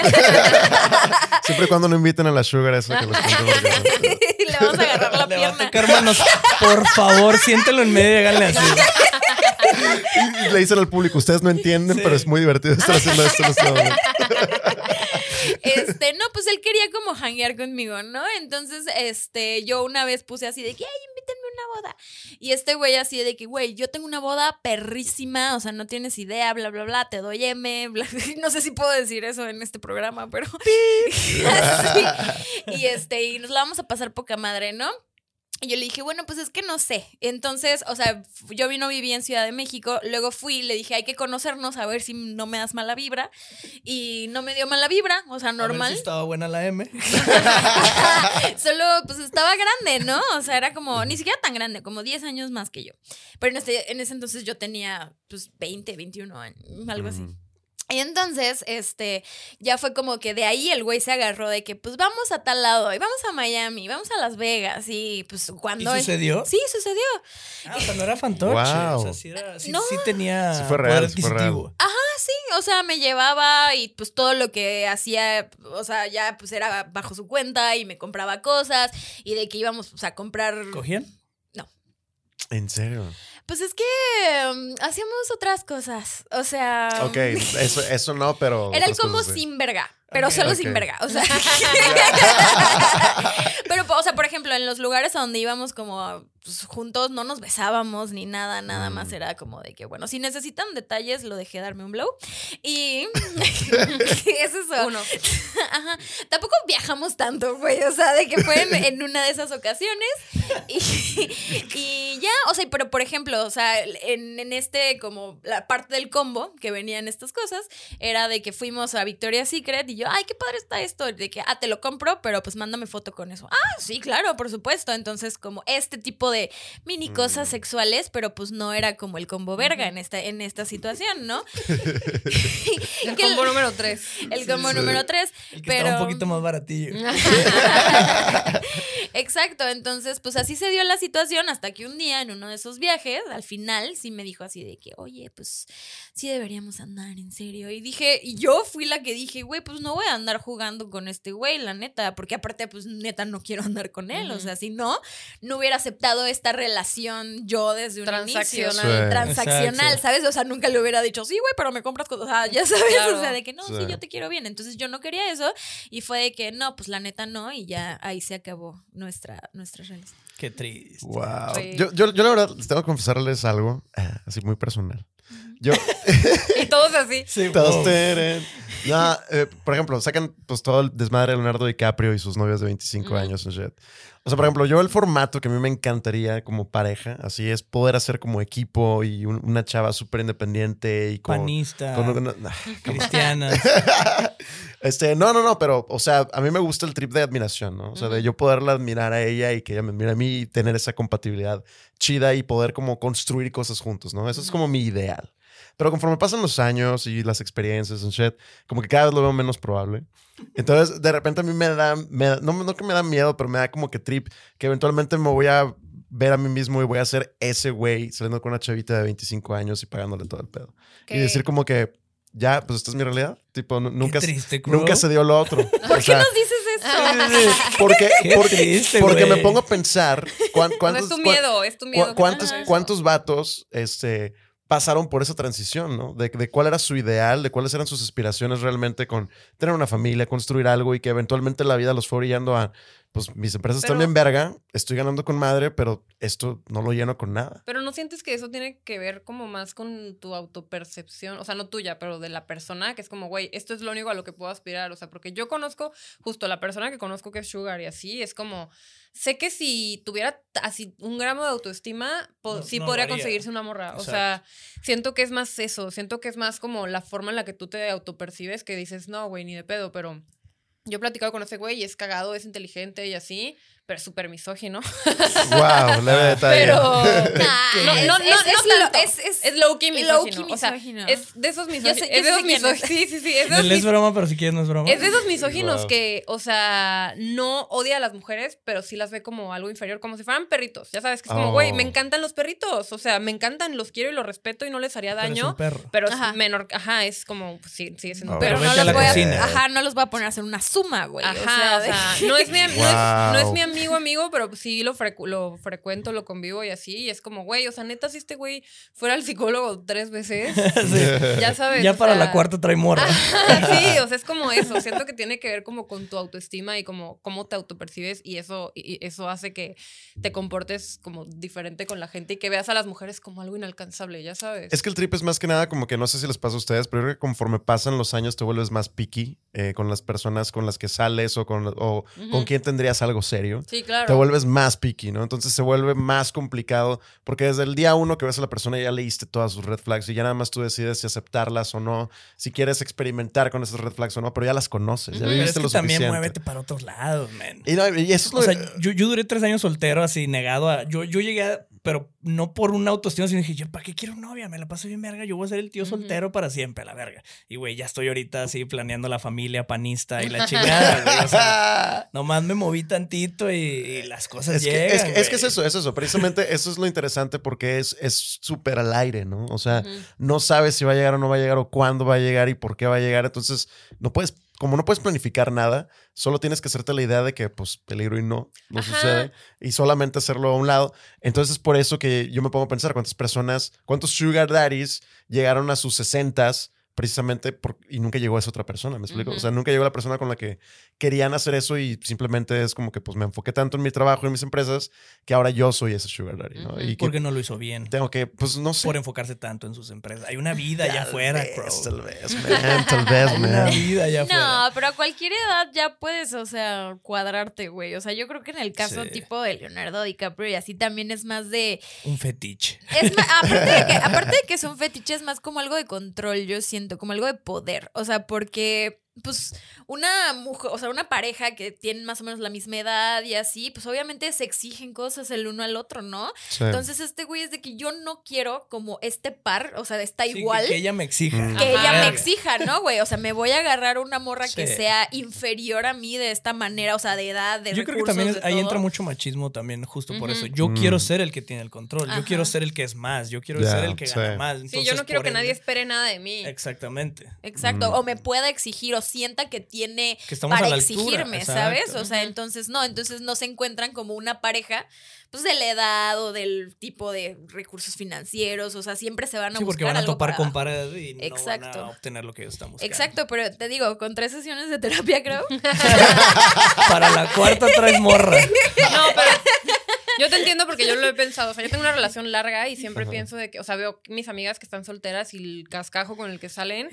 B: Siempre y cuando no inviten a la sugar es lo que les cuento. porque-
E: Le vamos a agarrar
C: [LAUGHS]
E: la
C: Le va a
E: pierna.
C: tocar manos. Por favor, siéntelo en medio y háganle así.
B: Y le dicen al público, ustedes no entienden,
C: Sí.
B: pero es muy divertido estar haciendo esto en este momento.
E: Este, no, pues él quería como hanguear conmigo, ¿no? Entonces, este, yo una vez puse así de que, ay, invítenme a una boda. Y este güey así de que, güey, yo tengo una boda perrísima, o sea, no tienes idea, bla, bla, bla, te doy M, bla, [LAUGHS] no sé si puedo decir eso en este programa, pero... [LAUGHS] Así. Y este, y nos la vamos a pasar poca madre, ¿no? Y yo le dije, bueno, pues es que no sé. Entonces, o sea, f- yo vi- no viví en Ciudad de México, luego fui, le dije, hay que conocernos, a ver si no me das mala vibra. Y no me dio mala vibra, o sea,
C: A ver
E: normal.
C: si estaba buena la M.
E: [LAUGHS] Solo, pues estaba grande, ¿no? O sea, era como, ni siquiera tan grande, como 10 años más que yo. Pero en, este, en ese entonces yo tenía, pues, 20, 21 años, algo
B: Mm.
E: así. Y entonces, este, ya fue como que de ahí el güey se agarró de que, pues vamos a tal lado, y vamos a Miami, vamos a Las Vegas, y pues
C: ¿Y
E: cuando...
C: sucedió?
E: Sí, sucedió.
C: Ah, o sea, no era fantoche.
B: Wow.
C: O sea, sí, era- sí-
E: No.
C: sí tenía
B: Sí fue real,
C: poder
B: sí fue real.
C: adquisitivo.
E: Ah, o sea, me llevaba y pues todo lo que hacía, o sea, ya pues era bajo su cuenta y me compraba cosas y de que íbamos pues, a comprar...
C: ¿Cogían?
B: En serio.
E: Pues es que em, hacíamos otras cosas, o sea...
B: Ok, eso, eso no, pero.
E: Ah. [LAUGHS] Era el
B: otras
E: combo
B: cosas sí.
E: sin verga, pero
C: Ok.
E: solo
B: Ok.
E: sin verga,
B: [LAUGHS]
E: o sea... pero, o sea, por ejemplo, en los lugares a donde íbamos como pues, juntos no nos besábamos ni nada, nada
B: Mm.
E: más era como de que, bueno, si necesitan detalles, lo dejé darme un blow
B: [LAUGHS]
E: y... [LAUGHS] es eso.
D: Uno.
E: [LAUGHS] Ajá. Tampoco viajamos tanto, güey. O sea, de que fue en, en una de esas ocasiones. Y, y ya, o sea, pero por ejemplo, o sea, en, en este, como la parte del combo que venían estas cosas, era de que fuimos a Victoria's Secret y yo, ay, qué padre está esto. De que, ah, te lo compro, pero pues mándame foto con eso. Ah, sí, claro, por supuesto. Entonces, como este tipo de mini cosas
B: Mm.
E: sexuales, pero pues no era como el combo verga en esta, en esta situación,
B: [LAUGHS]
E: ¿no? [LAUGHS]
D: El
E: Que
D: combo número [LAUGHS] 3.
E: el combo
B: sí.
E: número tres.
C: El que
E: Pero-
C: estaba un poquito más
D: mm.
C: baratillo.
E: [LAUGHS] Exacto, entonces pues así se dio la situación hasta que un día en uno de esos viajes, al final sí me dijo así de que, oye, pues sí deberíamos andar en serio. Y dije, y yo fui la que dije, güey, pues no voy a andar jugando con este güey, la neta, porque aparte pues neta no quiero andar con él, o
D: Ujú.
E: sea, si no, no hubiera aceptado esta relación yo desde un inicio.
D: Transaccional.
B: Sí.
E: Transaccional,
C: Exacto.
E: ¿sabes? O sea, nunca le hubiera dicho, sí, güey, pero me compras cosas. O sea, ya sabes,
D: Claro.
E: o sea, de que no, sí,
B: Sí.
E: yo te quiero bien. Entonces yo no quería eso. Y fue de que no, pues la neta no, y ya ahí se acabó nuestra, nuestra relación.
C: Qué triste.
B: Wow.
D: Sí.
B: Yo, yo, yo la verdad, les tengo que confesarles algo eh, así muy personal. Yo,
D: Y todos así.
C: Sí,
B: Todos
C: wow.
B: tienen. No, eh, por ejemplo, sacan pues todo el desmadre de Leonardo DiCaprio y sus novias de 25
D: Ujú.
B: años and shit. O sea, por ejemplo, yo el formato que a mí me encantaría como pareja, así es poder hacer como equipo y un- una chava súper independiente y con...
C: Panista,
B: con una- una- [LAUGHS]
C: cristiana.
B: este, no, no, no, pero, o sea, a mí me gusta el trip de admiración, ¿no? O sea, de yo poderla admirar a ella y que ella me admire a mí y tener esa compatibilidad chida y poder como construir cosas juntos, ¿no? Eso es como mi ideal. Pero conforme pasan los años y las experiencias and shit, como que cada vez lo veo menos probable. Entonces, de repente a mí me da, me da- no, no que me da miedo, pero me da como que trip que eventualmente me voy a ver a mí mismo y voy a ser ese güey saliendo con una chavita de 25 años y pagándole todo el pedo. Y decir como que, ya, pues esta es mi realidad. Tipo, nu- nunca,
C: Qué triste, Crow.
B: Nunca se dio lo
D: [LAUGHS]
B: otro.
E: ¿Por
B: O
E: qué
B: sea, [LAUGHS]
E: nos dices [LAUGHS] eso?
C: [LAUGHS]
B: Porque,
C: Qué
B: porque,
C: triste,
B: porque
C: güey.
B: me pongo a pensar cuán-
D: [LAUGHS] No
B: cuántos,
D: es tu
B: cuán-
D: miedo, es tu
B: cu-
D: miedo. que
B: cuántos,
D: tengas.
B: cuántos vatos este, pasaron por esa transición, ¿no? De, de cuál era su ideal, de cuáles eran sus aspiraciones realmente con tener una familia, construir algo y que eventualmente la vida los fue orillando a, pues mis empresas
D: Pero-
B: están bien verga, estoy ganando con madre, pero esto no lo lleno con nada. [LAUGHS]
D: Pero no sientes que eso tiene que ver como más con tu autopercepción, o sea, no tuya, pero de la persona, que es como, güey, esto es lo único a lo que puedo aspirar, o sea, porque yo conozco justo la persona que conozco que es Sugar y así, es como, sé que si tuviera t- así un gramo de autoestima, po-
C: No-
D: sí
C: no
D: podría
C: varía.
D: conseguirse una morra, o
C: Exacto.
D: sea, siento que es más eso, siento que es más como la forma en la que tú te autopercibes que dices, no, güey, ni de pedo, pero... Yo he platicado con ese güey y es cagado, es inteligente y así, pero es súper misógino. [LAUGHS]
B: wow, leve detalle. [LAUGHS]
D: Pero.
E: No,
D: no, no, no tanto.
E: es, [LAUGHS] es,
D: Es low-key misógino.
E: Low-key
D: O sea,
E: misógino.
D: es de esos misóginos.
E: Yo sé- yo
D: Es de
E: sé
D: esos
E: quién es.
D: misóginos. [LAUGHS] Sí, sí, sí.
C: [LAUGHS]
D: Es de
C: Él
D: esos,
C: es
D: mis-
C: broma, pero si quieres no es broma.
D: es de esos misóginos
B: Wow.
D: que, o sea, no odia a las mujeres, pero sí las ve como algo inferior, como si fueran perritos. Ya sabes que es como,
B: Oh.
D: güey, me encantan los perritos. O sea, me encantan, los quiero y los respeto y no les haría
C: Pero es un
D: daño.
C: perro.
D: Pero es
E: Ajá.
D: menor. Ajá, es como. pues, Sí, sigue
B: No,
D: siendo un
E: pero
D: perro.
C: Pero
E: no
C: vete a
E: los
C: la
E: voy
C: cocina.
E: a, ajá, no los voy a poner a hacer una suma, güey. o
D: Ajá, o
E: sea,
D: sea,
E: de-
D: no es
C: [LAUGHS]
D: mi am- no es- no es
B: Wow.
D: mi amigo amigo, pero sí lo, frecu- lo frecuento, lo convivo y así. Y es como, güey, o sea, neta, si este güey fuera al psicólogo
C: [LAUGHS]
D: tres veces, ya sabes.
C: Ya
D: o
C: para la
D: sea,
C: cuarta trae morra.
D: Ah. [LAUGHS] sí, o sea, es como eso. Siento que tiene que ver como con tu autoestima y como cómo te autopercibes y eso, y y eso hace que te comportes como diferente con la gente y que veas a las mujeres como algo inalcanzable, ya sabes.
B: Es que el trip es más que nada como que no sé si les pasa a ustedes, pero creo que conforme pasan los años te vuelves más picky eh, con las personas con las que sales o con, o
D: Ujú.
B: con quién tendrías algo serio.
D: sí, claro.
B: Te vuelves más picky, ¿no? Entonces se vuelve más complicado porque desde el día uno que ves a la persona ya leíste todas sus red flags y ya nada más tú decides si aceptarlas o no, si quieres experimentar con esas red flags o no, pero ya las conoces, ya
D: Ujú.
C: Pero
B: viviste
C: es que
B: lo
C: también
B: suficiente.
C: muévete para otros lados, man.
B: Y, no, y eso es lo
C: O sea,
B: de- [LAUGHS]
C: yo, yo duré tres años soltero, así negado a. Yo, yo llegué, a- pero no por una autoestima, sino dije, yo, ¿para qué quiero novia? Me la paso bien verga. Yo voy a ser el tío
D: Ujú.
C: soltero para siempre, a la verga. Y güey, ya estoy ahorita así planeando la familia panista
E: [LAUGHS]
C: y la chingada, güey. O sea, [LAUGHS] nomás me moví tantito y, y las cosas
B: Es que,
C: llegan.
B: es, que- es que es
C: güey.
B: eso, es eso. Precisamente eso es lo interesante porque es es súper al aire, ¿no? O sea,
D: Ujú.
B: no sabes si va a llegar o no va a llegar o cuándo va a llegar y por qué va a llegar. Entonces, no puedes, como no puedes planificar nada, solo tienes que hacerte la idea de que, pues, peligro y no, no
D: Ajá.
B: sucede y solamente hacerlo a un lado. Entonces, es por eso que yo me pongo a pensar cuántas personas, cuántos sugar daddies llegaron a sus sesentas precisamente por- y nunca llegó a esa otra persona, ¿me explico?
D: Ujú.
B: O sea, nunca llegó la persona con la que querían hacer eso y simplemente es como que pues me enfoqué tanto en mi trabajo y en mis empresas que ahora yo soy ese sugar daddy, ¿no?
D: Ujú.
B: Y que
C: Porque no lo hizo bien.
B: tengo que, pues no sé,
C: Por enfocarse tanto en sus empresas. Hay una vida allá
B: Tal
C: afuera,
B: vez,
C: bro.
B: Tal vez, man, tal vez,
C: Hay una
B: man.
C: vida allá afuera.
E: [LAUGHS] No, pero a cualquier edad ya puedes, o sea, cuadrarte, güey. O sea, yo creo que en el caso
C: Sí.
E: tipo de Leonardo DiCaprio y así también es más de.
C: Un fetiche.
E: Es ma- aparte,
B: [LAUGHS]
E: de que, aparte de que es un fetiche, es más como algo de control, yo siento, como algo de poder. O sea, porque, pues, una mujer, o sea, una pareja que tienen más o menos la misma edad y así, pues obviamente se exigen cosas el uno al otro, ¿no?
B: Sí.
E: Entonces, este güey es de que yo no quiero como este par, o sea, está
C: Sí, que-
E: igual
C: que, ella me exija.
B: Mm.
E: que ella
D: Ajá.
E: me exija, ¿no, güey? O sea, me voy a agarrar una morra que
C: Sí.
E: sea inferior a mí de esta manera, o sea, de edad, de
C: Yo creo que
E: recursos,
C: también es-
E: de
C: ahí
E: todo.
C: entra mucho machismo también, justo por eso.
D: Ujú.
C: Yo
B: Mm.
C: quiero ser el que tiene el control. Yo quiero
E: Ajá.
C: ser el que es más. Yo quiero
B: Ya,
C: ser el que gana
B: sí.
C: más.
D: Sí, yo
C: Entonces,
D: no quiero
C: por
D: que
C: ende-
D: nadie espere nada de mí.
C: Exactamente.
E: Exacto,
B: Mm.
E: o me pueda exigir o sienta que tiene
C: Que estamos
E: para
C: a la altura,
E: exigirme,
C: exacto.
E: ¿sabes? O sea,
D: Ujú.
E: entonces no, entonces no se encuentran como una pareja, pues de la edad o del tipo de recursos financieros, o sea, siempre se van a
C: Sí, porque
E: buscar
C: van a
E: algo
C: topar
E: para
C: con
E: abajo.
C: pared y no
E: Exacto.
C: van a obtener lo que ellos están buscando.
E: Exacto, pero te digo, con tres sesiones de terapia creo.
C: [LAUGHS] Para la cuarta traes
D: [LAUGHS]
C: morra.
D: No, pero yo te entiendo porque yo lo he pensado. O sea, yo tengo una relación larga y siempre pienso de que, o sea, veo mis amigas que están solteras y el cascajo con el
C: [LAUGHS]
D: que salen.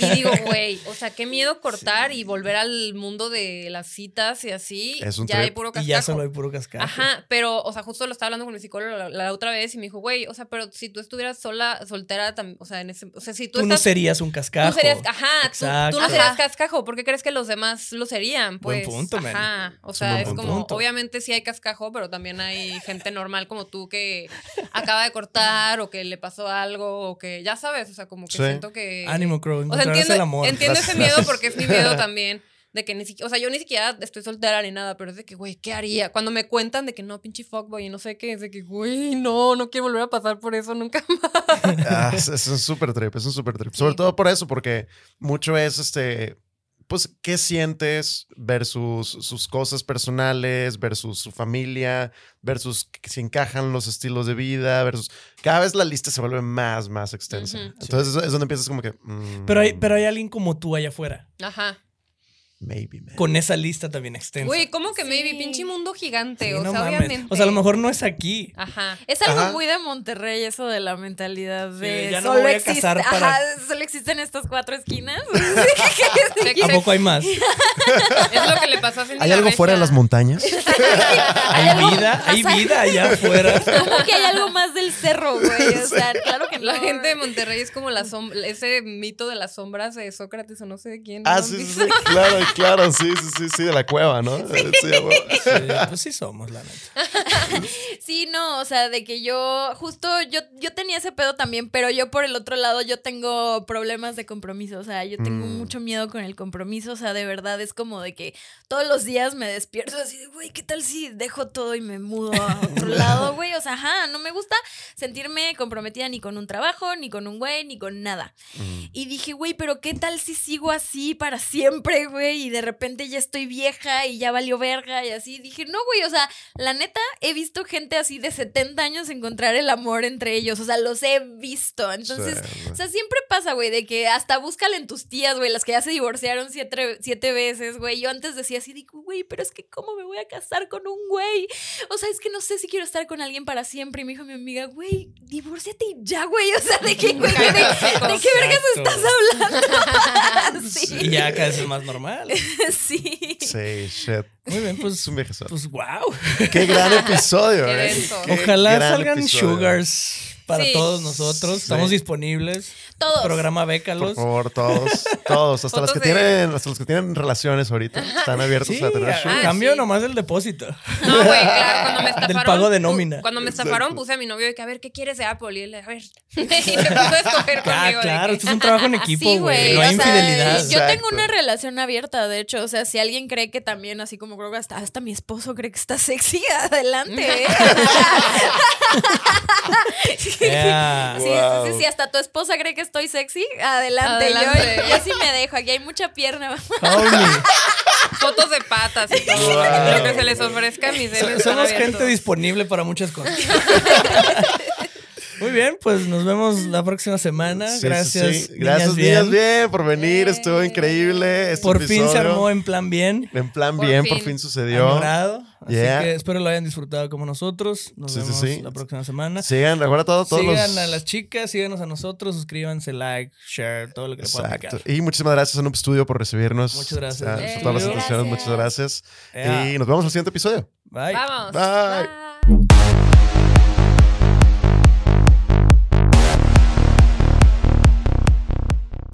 D: Y digo, güey, o sea, qué miedo cortar y volver al mundo de las citas y así.
B: Es un
D: ya
B: trip.
D: hay puro
C: Y
D: cascajo.
C: ya solo hay puro cascajo.
D: Ajá, pero, o sea, justo lo estaba hablando con mi psicólogo la, la otra vez y me dijo, güey, o sea, pero si tú estuvieras sola, soltera, tam- o sea, en ese, o sea, si tú,
C: Tú no
D: estás
C: serías un cascajo.
D: Tú serías, ah, ajá, tú- tú,
C: Exacto.
D: no serías
E: Ajá.
D: cascajo. ¿Por qué crees que los demás lo serían?
C: Buen
D: Pues,
C: punto, man.
D: ajá. O
C: Es un
D: sea,
C: buen
D: es
C: punto.
D: como,
C: punto.
D: obviamente sí hay cascajo, pero también hay gente normal como tú que acaba de cortar o que le pasó algo o que, ya sabes, o sea, como que
B: Sí.
D: siento que...
C: Ánimo, Crow.
D: O sea,
C: Encontrarás
D: entiendo,
C: el amor.
D: entiendo
B: Gracias, [LAUGHS]
D: ese miedo
B: gracias.
D: porque es mi
C: [LAUGHS]
D: miedo también. De que ni siquiera, o sea, yo ni siquiera estoy soltera ni nada, pero es de que, güey, ¿qué haría? Cuando me cuentan de que no, pinche fuckboy y no sé qué, es de que, güey, no, no quiero volver a pasar por eso nunca más.
B: Ah, es, es un super trip, es un super trip.
D: Sí.
B: Sobre todo por eso, porque mucho es este, pues, ¿qué sientes versus sus cosas personales, versus su familia, versus que si encajan los estilos de vida, versus... Cada vez la lista se vuelve más, más extensa.
D: Ujú.
B: Entonces es donde empiezas como que... mm,
C: Pero hay, pero hay alguien como tú allá afuera.
D: Ajá.
B: Maybe, man.
C: con esa lista también extensa.
D: Güey, ¿cómo que maybe?
E: Sí.
D: Pinche mundo gigante.
C: Sí,
D: o
C: no
D: sea,
C: mames.
D: obviamente.
C: O sea, a lo mejor no es aquí.
D: Ajá.
E: Es algo
B: Ajá.
E: muy de Monterrey eso de la mentalidad de
C: de ya no me
E: solo
C: voy a
E: existe-
C: casar para-
E: ajá, solo existen estas
C: [LAUGHS]
E: cuatro esquinas.
C: ¿A poco hay
E: [LAUGHS]
C: más?
D: Es lo que le pasó a Cindy
B: ¿Hay
D: la
B: algo fuera de
D: Regia.
B: las montañas?
C: Hay vida, hay vida allá afuera.
E: [LAUGHS] Como que hay algo más del cerro, güey. O
C: [LAUGHS]
E: sea, claro que
D: [LAUGHS]
E: no.
D: La gente de Monterrey es como la som- ese mito de las sombras de Sócrates o no sé de quién.
B: Ah,
D: ¿no?
B: sí, sí, sí, claro, claro, sí, sí, sí, sí, de la cueva, ¿no? Sí, a huevo.
C: Sí, pues sí somos, la neta.
E: Sí, no, o sea, de que yo, justo yo, yo tenía ese pedo también, pero yo por el otro lado, yo tengo problemas de compromiso, o sea, yo tengo
B: Mm.
E: mucho miedo con el compromiso, o sea, de verdad es como de que todos los días me despierto así de, güey, ¿qué tal si dejo todo y me mudo a otro lado, güey? O sea, ajá, no me gusta sentirme comprometida ni con un trabajo, ni con un güey, ni con nada.
B: Mm.
E: Y dije, güey, pero ¿qué tal si sigo así para siempre, güey? Y de repente ya estoy vieja y ya valió verga y así. Dije, no, güey, o sea, la neta, he visto gente así de 70 años encontrar el amor entre ellos. O sea, los he visto. Entonces,
B: Sí,
E: o sea, siempre pasa, güey, de que hasta búscale en tus tías, güey, las que ya se divorciaron siete, siete veces, güey. Yo antes decía así, digo, güey, pero es que ¿cómo me voy a casar con un güey? O sea, es que no sé si quiero estar con alguien para siempre. Y me dijo mi amiga, güey, divórciate y ya, güey. O sea, ¿de qué, güey? ¿De, de qué vergas estás
C: [LAUGHS]
E: hablando? [LAUGHS]
C: Y
E: sí,
C: ya cada vez es más normal.
E: sí.
B: sí, shit.
C: Muy bien,
B: Es
C: pues,
B: un viejazo.
C: pues wow.
B: Qué
D: [LAUGHS]
B: gran episodio,
D: Qué
B: ¿eh?
D: denso.
B: Qué
C: Ojalá
B: gran
C: salgan
B: episodio.
C: sugars para
D: Sí.
C: todos nosotros. Estamos
B: Sí.
C: disponibles.
E: Todos.
C: Programa
B: Por
C: Bécalos.
B: favor, todos, todos, hasta los que
D: Fotos de-
B: tienen, hasta los que tienen relaciones
D: [LAUGHS]
B: ahorita, están abiertos
C: Sí, ah,
B: a tener
C: a-
B: sugar.
E: Ah,
C: a cambio
D: sí.
C: nomás del depósito.
D: [LAUGHS] No, güey, claro,
C: [LAUGHS]
D: cuando me estafaron.
C: pago de
D: pu-
C: nómina.
D: Cuando me
B: Exacto.
D: estafaron, puse a mi novio de que, a ver, ¿qué quieres de Apple? Y él, a ver. [LAUGHS] y me puso a escoger
C: [LAUGHS] Ah,
D: conmigo. de
C: claro,
D: que-
C: esto es un trabajo en equipo,
E: Ah,
C: güey.
E: Sí, güey.
C: no
E: o
C: hay
E: sea,
C: infidelidad.
E: yo tengo
B: Exacto.
E: una relación abierta, de hecho. O sea, si alguien cree que también, así como creo que hasta, hasta mi esposo cree que está sexy, [LAUGHS]
C: [LAUGHS]
E: adelante. ¿eh? [LAUGHS]
C: Yeah.
E: Sí,
B: Wow.
E: sí, sí, hasta tu esposa cree que estoy sexy, adelante.
D: Adelante.
E: Yo, yo sí me dejo, aquí hay mucha pierna.
C: Homie.
D: [LAUGHS] Fotos de patas y todo.
B: Wow.
D: Lo que se les ofrezca a mis
C: So-
D: DMs. están
C: Somos
D: abiertos.
C: gente disponible para muchas cosas. Muy bien, pues nos vemos la próxima semana.
B: Sí, sí,
C: Gracias.
B: sí. Gracias,
C: niñas
B: niñas bien, por venir. Estuvo
D: Eh.
B: increíble. Este
C: Por fin se
B: episodio.
C: armó en plan bien.
B: En plan
D: Por
B: bien, por
D: fin.
B: fin sucedió.
C: Añorado. Así
B: Yeah.
C: que espero lo hayan disfrutado como nosotros. Nos
B: Sí, sí,
C: vemos
B: sí.
C: la próxima semana.
B: Sigan, recuerda todo, todos
C: Sigan
B: los.
C: a las chicas, síganos a nosotros, suscríbanse, like, share, todo lo que le pueda
B: Exacto.
C: aplicar.
B: Y muchísimas gracias a Noob Studio por recibirnos.
C: Muchas gracias.
B: O sea,
D: Eh,
B: por todas las
D: gracias.
B: atenciones, muchas gracias.
C: Yeah.
B: Y nos vemos en el siguiente episodio.
C: Bye.
D: Vamos.
B: Bye.
D: Bye.